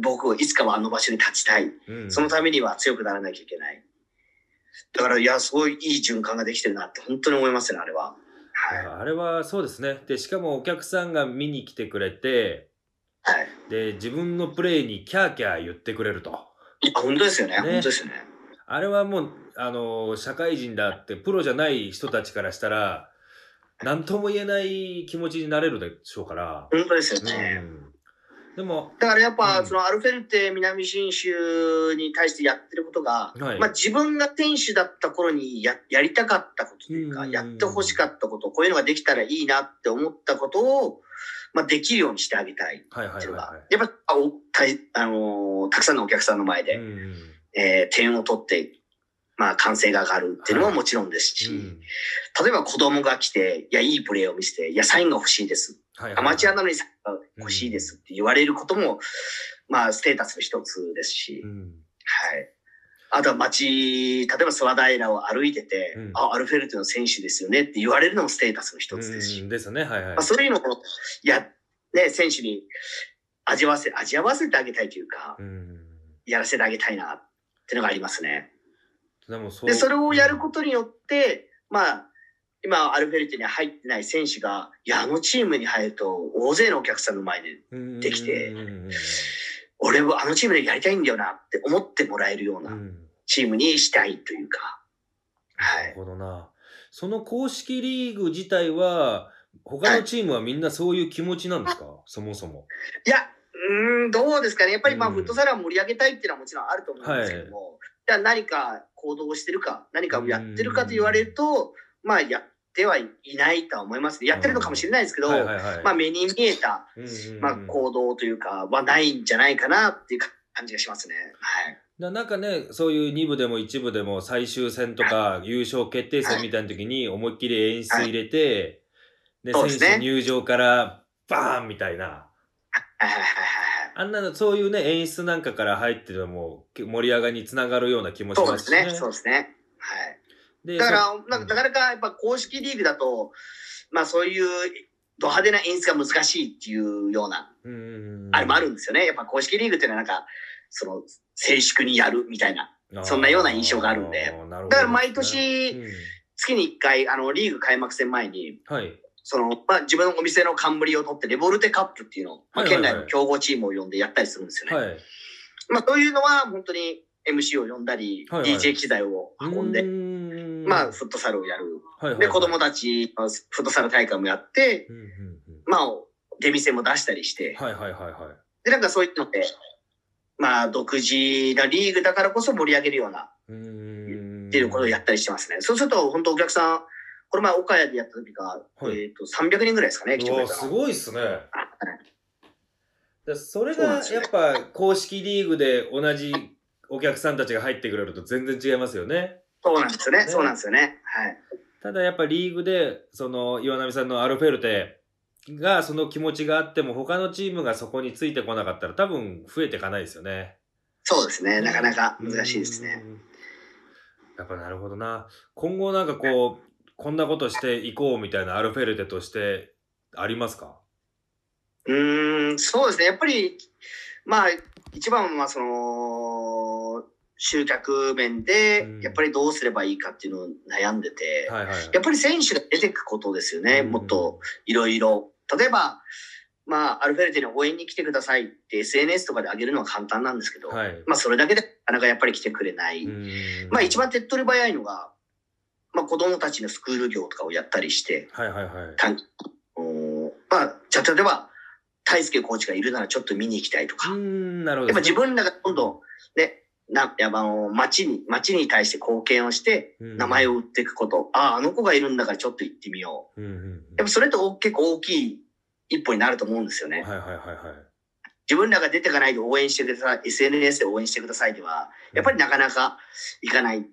S3: 僕はいつかはあの場所に立ちたい。
S2: うんうん
S3: そのためには強くならなきゃいけない。だから、いや、すごいいい循環ができてるなって本当に思いますね、あれは。はい。
S2: あれはそうですねでしかもお客さんが見に来てくれて
S3: はい、
S2: で自分のプレーにキャーキャー言ってくれると
S3: いや、本当ですよね。
S2: ね
S3: 本当ですよね。
S2: あれはもうあの社会人だってプロじゃない人たちからしたら何とも言えない気持ちになれるでしょうから、
S3: 本当ですよ
S2: う
S3: ね。
S2: ん、でも
S3: だからやっぱ、
S2: うん
S3: そのアルフェルテ南信州に対してやってることが、
S2: はい
S3: まあ自分が選手だった頃にややりたかったことというか、
S2: うん
S3: やってほしかったこと、こういうのができたらいいなって思ったことを、まあできるようにしてあげたいっ
S2: はいはいは
S3: てい
S2: いう
S3: のが、
S2: は
S3: やっぱ、おたいあのーたくさんのお客さんの前で、
S2: い、うん
S3: えー点を取って、まあ、完成が上がるっていうのももちろんですし、
S2: うん
S3: 例えば子供が来て、いや、いいプレーを見せて、いや、サインが欲しいです。
S2: はいはい
S3: アマチュアなのにサインが欲しいですって言われることも、まあ、ステータスの一つですし、
S2: うん
S3: はい。あとは街、例えば諏訪平を歩いてて、
S2: うん
S3: あ、アルフェルトの選手ですよねって言われるのもステータスの一つですし、
S2: うんですねはいはい
S3: まあ、そういうのを、や、ね、選手に味わわせ、味わわせてあげたいというか、
S2: うん
S3: やらせてあげたいなっていうのがありますね。
S2: でもそう
S3: で、それをやることによって、まあ、今、アルフェルテに入ってない選手が、いや、あのチームに入ると、大勢のお客さんの前で、
S2: と
S3: できて
S2: うん
S3: 俺はあのチームでやりたいんだよなって思ってもらえるよ
S2: う
S3: う
S2: んう
S3: なんチームにしたいというか、は
S2: ないる。ほどな。その公式リーグ自体は、他のチームはみんなそういう気持ちなんですか、そもそも。
S3: いや、うーん、どうですかね。やっぱり、まあ、
S2: うん
S3: フットサルは盛り上げたいっていうのはもちろんあると思うんですけども、じゃあ何か行動をしてるか、何かをやってるかと言われると、まあ、やってはいないとは思いますね。やってるのかもしれないですけど、
S2: はいはいはい。
S3: まあ、目に見えた、
S2: うんうんうん
S3: まあ、行動というかはないんじゃないかなっていう感じがしますね。はい。
S2: だなんかね、そういう2部でも1部でも最終戦とか優勝決定戦みたいな時に思いっきり演出入れて、で、
S3: そうですね
S2: 選手入場からバーンみたいな。
S3: はいはいはいはい
S2: あんなの、そういうね、演出なんかから入ってるのもけ盛り上がりにつながるような気もし
S3: そう
S2: ま
S3: ですす
S2: しね。
S3: ね。そうですね。はい。
S2: で
S3: だか
S2: そ
S3: ら
S2: う、
S3: なんかなかなかやっぱ公式リーグだと、まあそういうド派手な演出が難しいっていうような、
S2: うんうんうん
S3: あれもあるんですよね。やっぱ公式リーグっていうのはなんか、その、静粛にやるみたいな。
S2: あー
S3: そんなような印象があるんで
S2: あーなるほど
S3: だから毎年
S2: うん
S3: 月に1回、あの、リーグ開幕戦前に、
S2: はい。
S3: その、まあ自分のお店の冠を取って、レボルテカップっていうのを、まあ
S2: はいは
S3: 県
S2: いはい
S3: 内の強豪チームを呼んでやったりするんですよね。
S2: はい。
S3: まあ、というのは本当に MC を呼んだり、
S2: はいはい
S3: DJ 機材を運んで、
S2: で
S3: まあ、フットサルをやる。
S2: あ、はいはい、
S3: で、子供たち、まあフットサル大会もやって、
S2: うんうんうん
S3: まあ、出店も出したりして、
S2: はいはいはいはい。
S3: で、なんかそういったので、まあ、独自なリーグだからこそ盛り上げるような、
S2: うーん
S3: っていうことをやったりしてますね。そうすると、本当お客さん、この前、岡谷でやった時が、
S2: はい
S3: えっ、と、300人ぐらいですかね、来て
S2: う
S3: くれ
S2: わ
S3: た
S2: す
S3: の。
S2: ごいっすね。でそれ
S3: そうなん
S2: が
S3: ですよ
S2: やっぱ公式リーグで同じお客さんたちが入ってくれると全然違いますよね。
S3: そうなんですよね、
S2: ね
S3: そうなんですよね。はい。
S2: ただやっぱリーグでその岩波さんのアルフェルテがその気持ちがあっても他のチームがそこについてこなかったら多分増えていかないですよね。
S3: そうですね、なかなか難しいですね。
S2: うん。やっぱなるほどな。今後なんかこう、こんなことしていこうみたいなアルフェルテとしてありますか
S3: うーん、そうですね。やっぱり、まあ、一番はその、集客面で
S2: うん、
S3: やっぱりどうすればいいかっていうのを悩んでて、
S2: はいはい。
S3: やっぱり選手が出てくことですよね、
S2: うん
S3: もっといろいろ。例えば、まあ、アルフェルテに応援に来てくださいって SNS とかで上げるのは簡単なんですけど、
S2: はい。
S3: まあ、それだけでなかなかやっぱり来てくれない。
S2: うん
S3: まあ、一。番手っ取り早いのが、まあ、子供たちのスクール業とかをやったりして、
S2: はいはいはい。
S3: 短おーまあ、じゃあ例えば、大輔コーチがいるならちょっと見に行きたいとか、
S2: う
S3: やっ
S2: ん、なるほ
S3: ぱ
S2: ど。
S3: 自分らがどんどん、ね、な、やっぱあの、町に、町に対して貢献をして、
S2: 分
S3: 名前
S2: を。
S3: を売っていくこと、ああ、あの子がいるんだからちょっと行ってみよ
S2: うんうん
S3: う。やっぱそれって大結構大きい一歩になると思うんですよ
S2: うん。
S3: ね。
S2: はいはいはいはい。
S3: 自分らが出てかないで応援してください、SNS で応援してくださいでは、やっぱりなかなか行かない、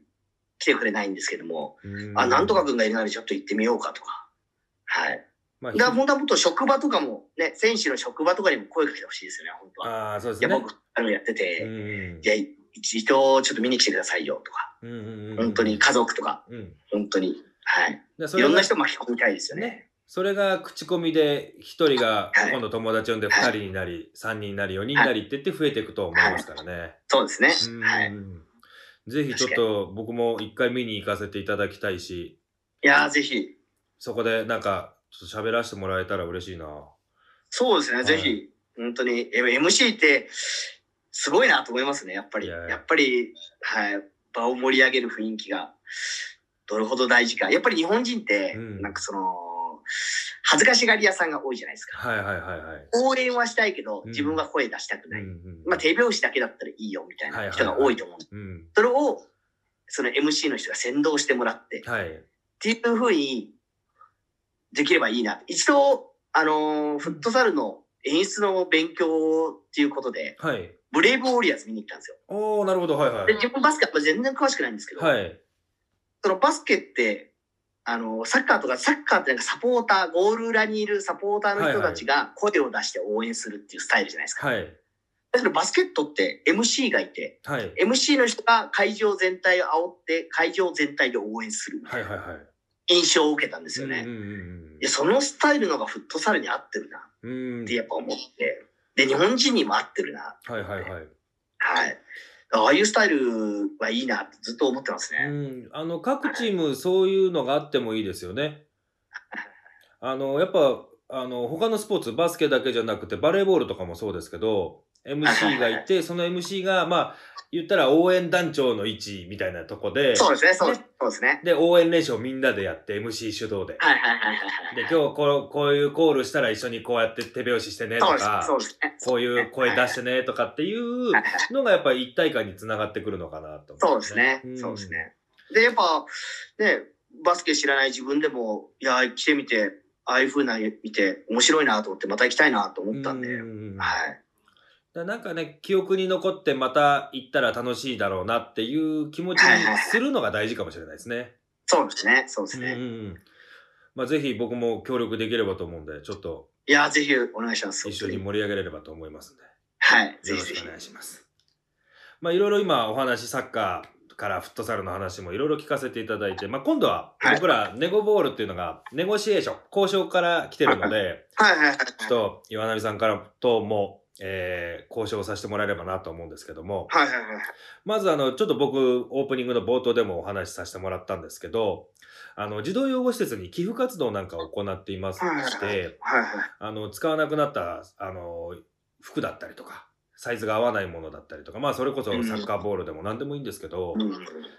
S3: 来てくれないんですけども、あ、なんと
S2: か、
S3: か君がいるならちょっと行ってみようかとか。はい。
S2: ま
S3: だから本当はもっと職場とかも、ね、選手の職場とかにも声かけてほしいですよね、本当は。
S2: ああー、そうで
S3: い
S2: す
S3: や、
S2: ね。
S3: 僕、あの、やってて、
S2: うん
S3: いや、一度ちょっと見に来てくださいよとか、本当に、家族とか、
S2: うんうんうん
S3: 本当に。はい。
S2: でそ
S3: い
S2: れ
S3: ろん
S2: が
S3: な人巻き込みたいですよね。
S2: それが口コミで一人が
S3: はい
S2: 今度友達呼んで二人になり三人になり四人になりって言って増えていくと思いますからね。
S3: そうですね
S2: う。ん
S3: はい。
S2: ぜひちょっと僕も一回見に行かせていただきたいし
S3: いやー、ぜひ、
S2: そこでなんかちょっと喋らせてもらえたら嬉しいな。
S3: そうですね、
S2: はい
S3: ぜひ、本当に、え MC って、すごいなと思いますね、やっぱり。
S2: いやいや
S3: やっぱり、はい、場を盛り上げる雰囲気が、どれほど大事か。やっぱり日本人って、
S2: うん
S3: なんかその、恥ずかしがり屋さんが多いじゃないですか。
S2: はいはいはいはい。
S3: 応援はしたいけど、
S2: うん
S3: 自分は声出したくない。
S2: うんうん
S3: まあ、手拍子だけだったらいいよ、みたい
S2: はい
S3: な
S2: はい
S3: 人が多いと思うんです。
S2: うん
S3: それを、その MC の人が先導してもらって、
S2: はい。
S3: っていうふうにできればいいな。一度、あのーフットサルの演出の勉強っていうことで、
S2: はい。
S3: ブレイブウォリアーズ見に行ったんですよ。
S2: おおなるほどはいは
S3: で、
S2: い。
S3: 自分バスケは全然詳しくないんですけど、
S2: はい。
S3: そのバスケって、あのーサッカーとか、サッカーってなんかサポーター、ゴール裏にいるサポーターの人たちが声を出して応援するっていうスタイルじゃないですか。
S2: はい。
S3: だけどバスケットって MC がいて、
S2: はい。
S3: MC の人が会場全体を煽って、会場全体で応援する
S2: はいはいはい。
S3: 印象を受けたんです
S2: う
S3: よ
S2: ん
S3: ね。
S2: うん
S3: いや、そのスタイルのがフットサルに合ってるなっ
S2: うんうん。うん
S3: てやっぱ思って。で、日本人にも合ってるな。
S2: はいはいはい。
S3: はい。ああいうスタイルはいいなってずっと思ってます
S2: う
S3: ね。
S2: ん、あの各チームそういうのがあってもいいですよね。あのやっぱあの他のスポーツバスケだけじゃなくてバレーボールとかもそうですけど MC がいてその MC がまあ言ったら応援団長の位置みたいなとこで
S3: そうですね、そう
S2: ね
S3: そうですね。
S2: で応援練習をみんなでやって MC 主導で。
S3: はいはいはいはい
S2: で
S3: はい。
S2: 今日こうこういうコールしたら一緒にこうやって手拍子してねと
S3: そうですね、そ
S2: か
S3: うですね。
S2: こういう声出してねとかっていう
S3: はいはい
S2: のがやっぱり一体感につながってくるのかなと
S3: そ
S2: 思
S3: うですね、
S2: ん
S3: そうですね。で、やっぱ、ね、バスケ知らない自分でも、いや、来てみて、ああいう風な見て、面白いなと思って、また行きたいなと思ったんで、
S2: ううん
S3: はい。
S2: だなんかね、記憶に残ってまた行ったら楽しいだろうなっていう気持ち
S3: はいはいは
S2: に
S3: い
S2: するのが大事かもしれないですね。
S3: そうですね、そうで
S2: う
S3: す
S2: ん
S3: ね。
S2: うんまあ、ぜひ僕も協力できればと思うんで、ちょっと
S3: いや、ぜひお願いします。
S2: 一緒に
S3: 本当
S2: 盛り上げれればと思いますん
S3: はい、
S2: で、
S3: ぜ
S2: よ
S3: ひ
S2: ろ
S3: ぜ
S2: し
S3: ひ
S2: くお。願いします。まあ、いろいろ今お話、サッカーからフットサルの話もいろいろ聞かせていただいて、まあ、今度は
S3: はい
S2: 僕らネゴボールっていうのがネゴシエーション、交渉から来てるので、
S3: はいはいはい。
S2: ちょっと岩波さんからとも、えー交渉させてもらえればなと思うんですけども、
S3: はいはいはい。
S2: まずあの、ちょっと僕、オープニングの冒頭でもお話しさせてもらったんですけど、あの、児童養護施設に寄付活動なんかを行っていますして、
S3: はいはい。
S2: あの、使わなくなった、あの、服だったりとか、サイズが合わないものだったりとか、まあ、それこそサッカーボールでも何でもいいんですけど、
S3: うん、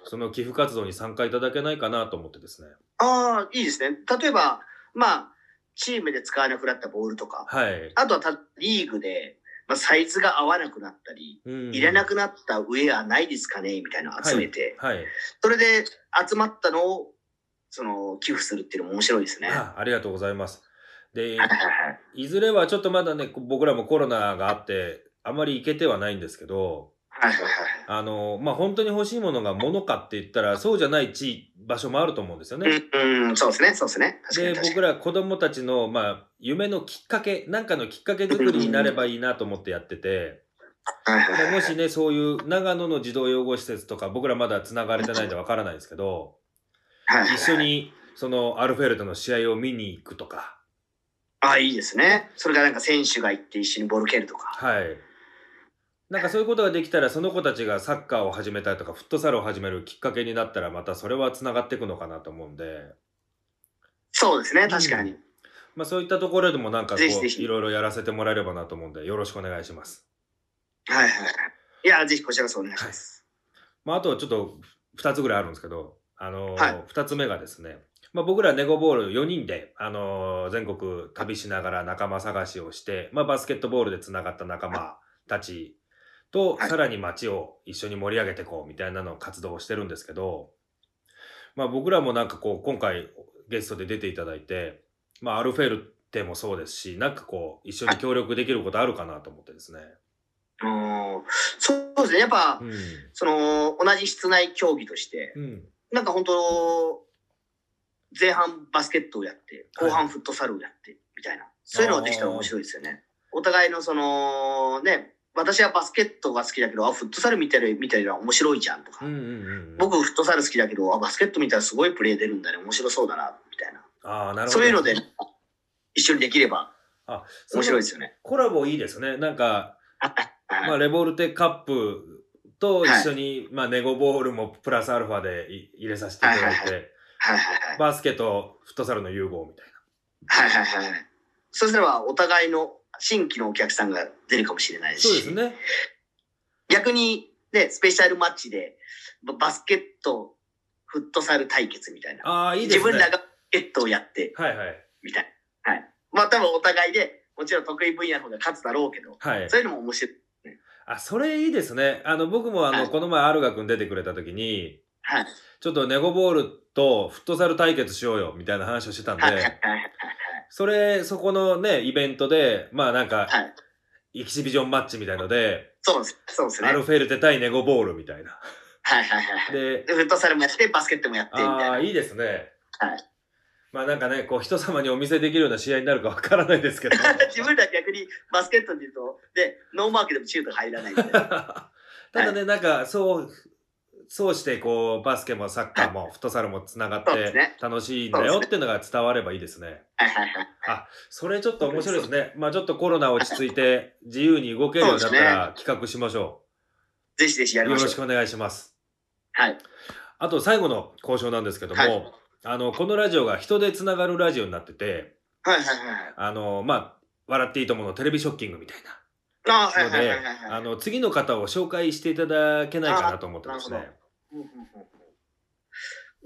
S2: その寄付活動に参加いただけないかなと思ってですね。
S3: ああ、いいですね。例えば、まあ、チームで使わなくなったボールとか、
S2: はい。
S3: あとはたリーグで、まあ、サイズが合わなくなったり、
S2: うん
S3: いらなくなったウェアないですかねみたいなのを集めて、
S2: はい。
S3: それで集まったのを、その、寄付するっていうのも面白いですね。は
S2: あありがとうございます。で
S3: い、はいはい。
S2: いずれはちょっとまだね、こ僕らもコロナがあって、あまり行けてはないんですけど、
S3: はいはいはい。
S2: あの、まあ、本当に欲しいものがものかって言ったら、そうじゃない地、場所もあると思うんですよね。
S3: うん、うん、そうですね、そうですね。確か
S2: で
S3: に確か
S2: 僕
S3: に。
S2: ら子供たちの、まあ、夢のきっかけなんかのきっかけ作りになればいいなと思ってやってて、
S3: はいはい
S2: まあ
S3: はい
S2: もしねそういう長野の児童養護施設とか僕らまだつながれてないんでわからないですけど
S3: はいはい
S2: 一緒。にそのアルフェルトの試合を見に行くとか
S3: ああ、いいですね。それがなんか選手が行って一緒にボール蹴るとか。
S2: はいなんかそういうことができたらその子たちがサッカーを始めたりとかフットサルを始めるきっかけになったらまたそれはつながっていくのかなと思うんで
S3: そうですね、確かに。
S2: まあそういったところでもなんかこ
S3: ぜひぜ
S2: う
S3: ひ
S2: いろいろやらせてもらえればなと思うんでよろしくお願いします。
S3: はいはいはい。いや、ぜひこちらこそお願いします。
S2: まああとちょっと2つぐらいあるんですけど、あのー
S3: はい
S2: 2つ目がですね、まあ、僕らネゴボール4人で、あのー全国旅しながら仲間探しをして、まあ、バスケットボールでつながった仲間たちと、
S3: はい
S2: さらに街を一緒に盛り上げていこうみたいなのを活動をしてるんですけど、まあ、僕らもなんかこう今回ゲストで出ていただいて、まあ、アルフェルでもそうですし、なんかこう、一緒に協力できることあるかなと思ってですね。
S3: うんそうですね。やっぱ、
S2: うん。
S3: その、同じ室内競技として、
S2: うん。
S3: なんか本当前半バスケットをやって、
S2: はい
S3: 後半フットサルをやって、みたいな。そういうのができたら面白いですよね。お互いのその、ね、私はバスケットが好きだけど、あ、フットサル見てる、見てるのは面白いじゃんとか。
S2: うんうんうん。
S3: 僕フットサル好きだけど、あ、バスケット見たらすごいプレー出るんだね。面白そうだな、みたいな。
S2: ああ、なるほど。
S3: そういうので、一緒にできれば
S2: あ、
S3: 面白
S2: その
S3: いですよね。
S2: コラボいいですね。なんか、
S3: はい
S2: まあ、レボルテカップと一緒に、まあ、ネゴボールもプラスアルファでい入れさせていただいて、
S3: はいはいはいはい。
S2: バスケとフットサルの融合みたい
S3: はいはいはいはい。そうすればお互いの新規のお客さんが出るかもしれない
S2: な。
S3: し、
S2: そうですね。
S3: 逆に、ね、スペシャルマッチでババスケット、フットサル対決みたいな。
S2: ああ、いいですね。
S3: 自分らがバスケットをやって、
S2: はいはい。
S3: みたいな。はい。まあ多分お互いで、もちろん得意分野の方が勝つだろうけど、
S2: はい
S3: そ。ういうのも面白い。
S2: あ、それいいですね。あの、僕もあの、
S3: はい
S2: この前、アルガ君出てくれた時に、
S3: はい。
S2: ちょっとネゴボールとフットサル対決しようよ、みたいな話をしてたんで、
S3: はいはいはいはい
S2: それ、そこのね、イベントで、まあなんか、
S3: はい。
S2: エキシビジョンマッチみたいので、
S3: そうです。そうですね。
S2: ア
S3: はい
S2: ルフェルテ対ネゴボールみたい な。
S3: はいはいはい。
S2: で、
S3: でフットサルもやって、バスケットもやって、みたい
S2: ああ、
S3: な。
S2: いいですね。
S3: はい
S2: まあなんかね、こう人様にお見せできるような試合になるかわからないですけ ど。
S3: 自分ら逆にバスケットで言うと、で、ノーマークでもシュート入らないんで。
S2: ただね、なんかそう、そうしてこう、バスケもサッカーもフットサルもつながっ
S3: そうです
S2: て
S3: ね
S2: 楽しいんだ
S3: そ
S2: よ
S3: うですね
S2: っていうのが伝わればいいですね。
S3: はいはいはい。
S2: それちょっと面白いですね。まあちょっとコロナ落ち着いて自由に動けるようになったら企画しましょ
S3: ぜひぜひ
S2: う。
S3: やり
S2: よろ
S3: ましょう
S2: し。くお願いします。
S3: はい。
S2: あと最後の交渉なんですけども、
S3: はい
S2: あの、このラジオが人でつながるラジオになってて、
S3: はいはいはいはい。
S2: あの、まあ、笑っていいと思うのテレビショッキングみたいな。
S3: あーはい
S2: の
S3: はいは
S2: で
S3: いはい、は
S2: あ
S3: い。
S2: の、次の方を紹介していただけないかなと思ってます
S3: あな
S2: ね
S3: る。うんうんうんうん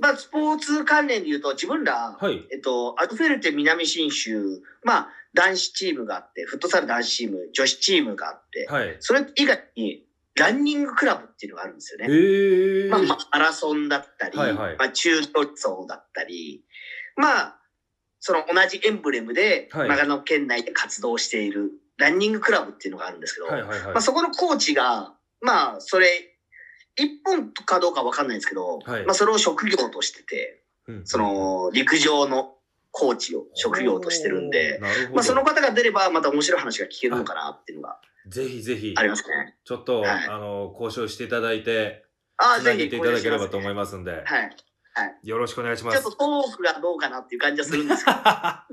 S3: まあ、スポーツ関連で言うと、自分ら、
S2: はい。
S3: えっと、アルフェルテ南信州、まあ、男子チームがあって、フットサル男子チーム、女子チームがあって、
S2: はい。
S3: それ以外に、ランニングクラブっていうのがあるんですよね。
S2: へえ。
S3: まあ、マラソンだったり、
S2: はいはい
S3: まあ、中距離走だったり、まあ、その同じエンブレムで、
S2: はい
S3: 長野県内で活動しているランニングクラブっていうのがあるんですけど、
S2: はいはいはい。
S3: まあ、そこのコーチが、まあ、それ、一本かどうかわかんないんですけど、
S2: はい
S3: まあ、それを職業としてて、
S2: うん
S3: そ、の、陸上のコーチを職業としてるんで、
S2: おーなるほど。
S3: まあ、その方が出れば、また面白い話が聞けるのかなっていうのが
S2: ぜひぜひ
S3: あ、りますね。
S2: ちょっと、
S3: はい
S2: あの、交渉していただいて、
S3: ああ、
S2: つな
S3: ぜ
S2: げ
S3: ひ、
S2: ていただければと思い
S3: ま
S2: ますんで、
S3: はい。
S2: よろしくお願いしま
S3: ち
S2: す
S3: ょっと。トークがどうかなっていう感じはするんで すけど、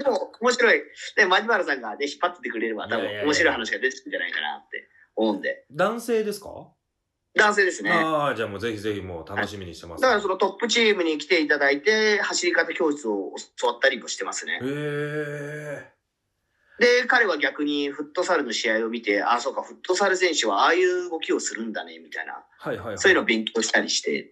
S3: でも面白い。ね、マジマルさんがね、引っ張っててくれれば、多
S2: いやいやい
S3: 分
S2: や
S3: 面白い話が出てくるんじゃないかなって思うんで。
S2: 男性ですか
S3: 男性ですね。
S2: ああ、じゃあもうぜひぜひもう楽しみにしてます。
S3: だからそのトップチームに来ていただいて、走り方教室を教わったりもしてますね
S2: へ。え。
S3: で、彼は逆にフットサルの試合を見て、あ、そうか、フットサル選手はああいう動きをするんだね、みたいな、
S2: はいはいはい。
S3: そういうのを勉強したりして、っ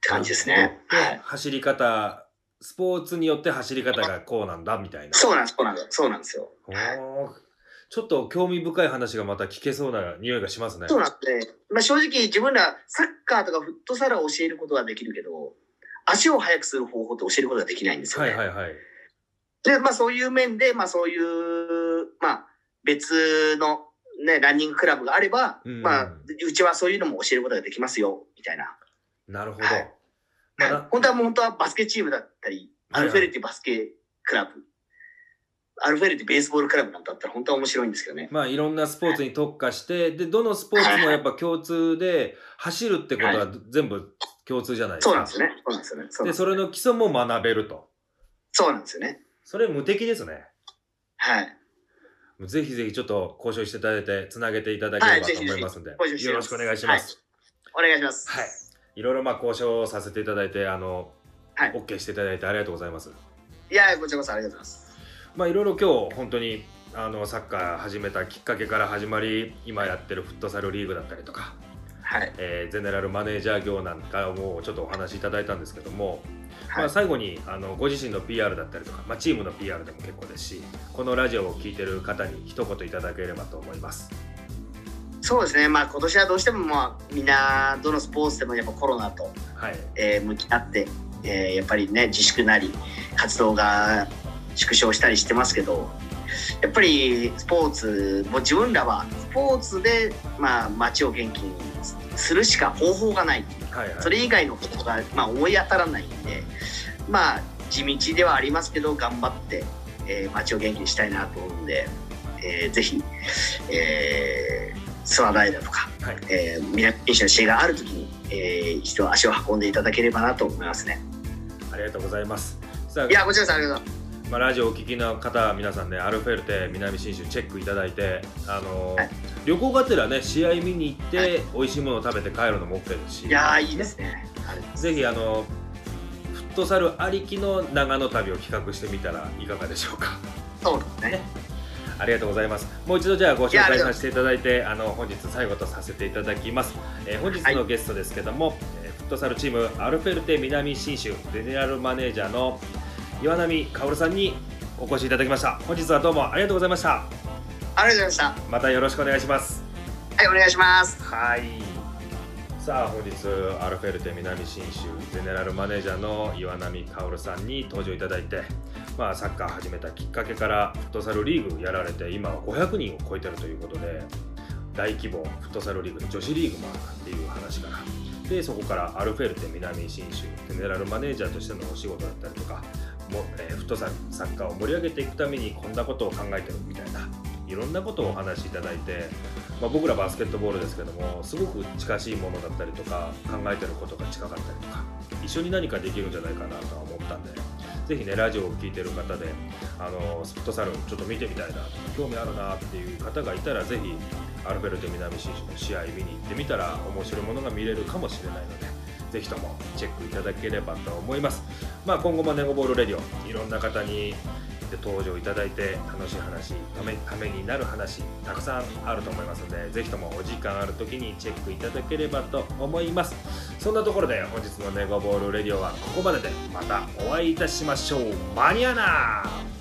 S3: て感じですね。
S2: なるほど
S3: は
S2: で
S3: い。
S2: 走り方、スポーツによって走り方がこうなんだみたいな。
S3: そうなんです、そうなんです、そうなんですよ。
S2: おーちょっと興味深い話がまた聞けそうな匂いがしますね。
S3: そうなんですね。まあ、正直自分らサッカーとかフットサルを教えることはできるけど、足を速くする方法って教えることができないんですよ
S2: は
S3: ね。
S2: いはいはい。
S3: で、まあそういう面で、まあそういう、まあ別のね、ランニングクラブがあれば、
S2: うん
S3: まあうちはそういうのも教えることができますよ、みたいな。
S2: なるほど。
S3: はい
S2: まあな
S3: 本当はもう本当はバスケチームだったり、
S2: はいはい
S3: アルフェルティバスケクラブ、アルフェルティベースボールクラブなんだったら本当は面白いんですけどね。
S2: まあいろんなスポーツに特化して、で、どのスポーツもやっぱ共通で、走るってことは全部共通じゃないですか。
S3: そうなんですよね。そうなんですよね。そう
S2: で、
S3: なんです
S2: そ
S3: よ
S2: れ
S3: ね。
S2: の基礎も学べると。
S3: そうなんですよね。
S2: それ無敵ですね。
S3: はい。
S2: ぜひぜひちょっと交渉していただいて、つなげていただければと思いますんで、
S3: はいぜひぜひ
S2: よろしくお願いします。
S3: お願いします。
S2: はい。いろいろまあ交渉させていただいて、あの、
S3: はい
S2: OK していただいてありがとうございます。
S3: いや、こちらこそありがとうございます。
S2: まあいろいろ今日本当にあのサッカー始めたきっかけから始まり、今やってるフットサルリーグだったりとか、
S3: はい。
S2: えーゼネラルマネージャー業なんかもちょっとお話しいただいたんですけども、
S3: はい
S2: まあ、最後にあのご自身の PR だったりとか、まあ、チームの PR でも結構ですしこのラジオを聞いてる方に一言いただければと思います
S3: そうですね。まあ、今年はどうしても、まあ、みんな、どのスポーツでも、やっぱコロナと、
S2: はい
S3: えー向き合って、えーやっぱりね、自粛なり、活動が縮小したりしてますけど、やっぱりスポーツもう自分らはスポーツで、まあ、街を元気にするしか方法がない
S2: はいはい
S3: それ以外のことが、まあ、思い当たらないんでまあ地道ではありますけど頑張って、えー、街を元気にしたいなと思うんで、えーぜひ、えー、諏訪平とか、
S2: はい
S3: えー南九州の試合がある時に、えー一度足を運んでいただければなと思いますね。
S2: ありがとうございますさあ
S3: いやこちらさんありがとう
S2: まあ、ラジオをお聞きの方皆さんねアルフェルテ南信州チェックいただいて、あのー
S3: はい
S2: 旅行がてらね試合見に行って、
S3: はい
S2: 美味しいものを食べて帰るのも OK ですし
S3: いやーいいですね。
S2: ぜひあのフットサルありきの長野旅を企画してみたらいかがでしょうか
S3: そうですね。
S2: ありがとうございますもう一度じゃあご紹
S3: いやあり
S2: 介
S3: がとう
S2: させていただいてあの本日最後とさせていただきます、えー本日のゲストですけども、えーフットサルチームアルフェルテ南信州ゼネラルマネージャーの岩波薫さんにお越しいただきました本日はどうもありがとうございました
S3: ありがとうございました。
S2: またよろしくお願いします
S3: はい、お願いします。
S2: はいさあ本日アルフェルテ南信州ゼネラルマネージャーの岩波薫さんに登場いただいて、まあ、サッカー始めたきっかけからフットサルリーグやられて今は500人を超えてるということで大規模フットサルリーグで女子リーグもあったっていう話からでそこからアルフェルテ南信州ゼネラルマネージャーとしてのお仕事だったりとかも、えーフットサルサッカーを盛り上げていくためにこんなことを考えてるみたいないろんなことをお話しいただいてまあ、僕らバスケットボールですけどもすごく近しいものだったりとか考えてることが近かったりとか一緒に何かできるんじゃないかなとは思ったんでぜひねラジオを聞いてる方であのフットサルちょっと見てみたいなとか興味あるなっていう方がいたらぜひアルフェルテ南新州の試合見に行ってみたら面白いものが見れるかもしれないのでぜひともチェックいただければと思います、まあ、今後もネゴボールレディオいろんな方にで登場いただいて楽しい話ためためになる話たくさんあると思いますのでぜひともお時間ある時にチェックいただければと思いますそんなところで本日のネゴボールレディオはここまででまたお会いいたしましょうマニアナー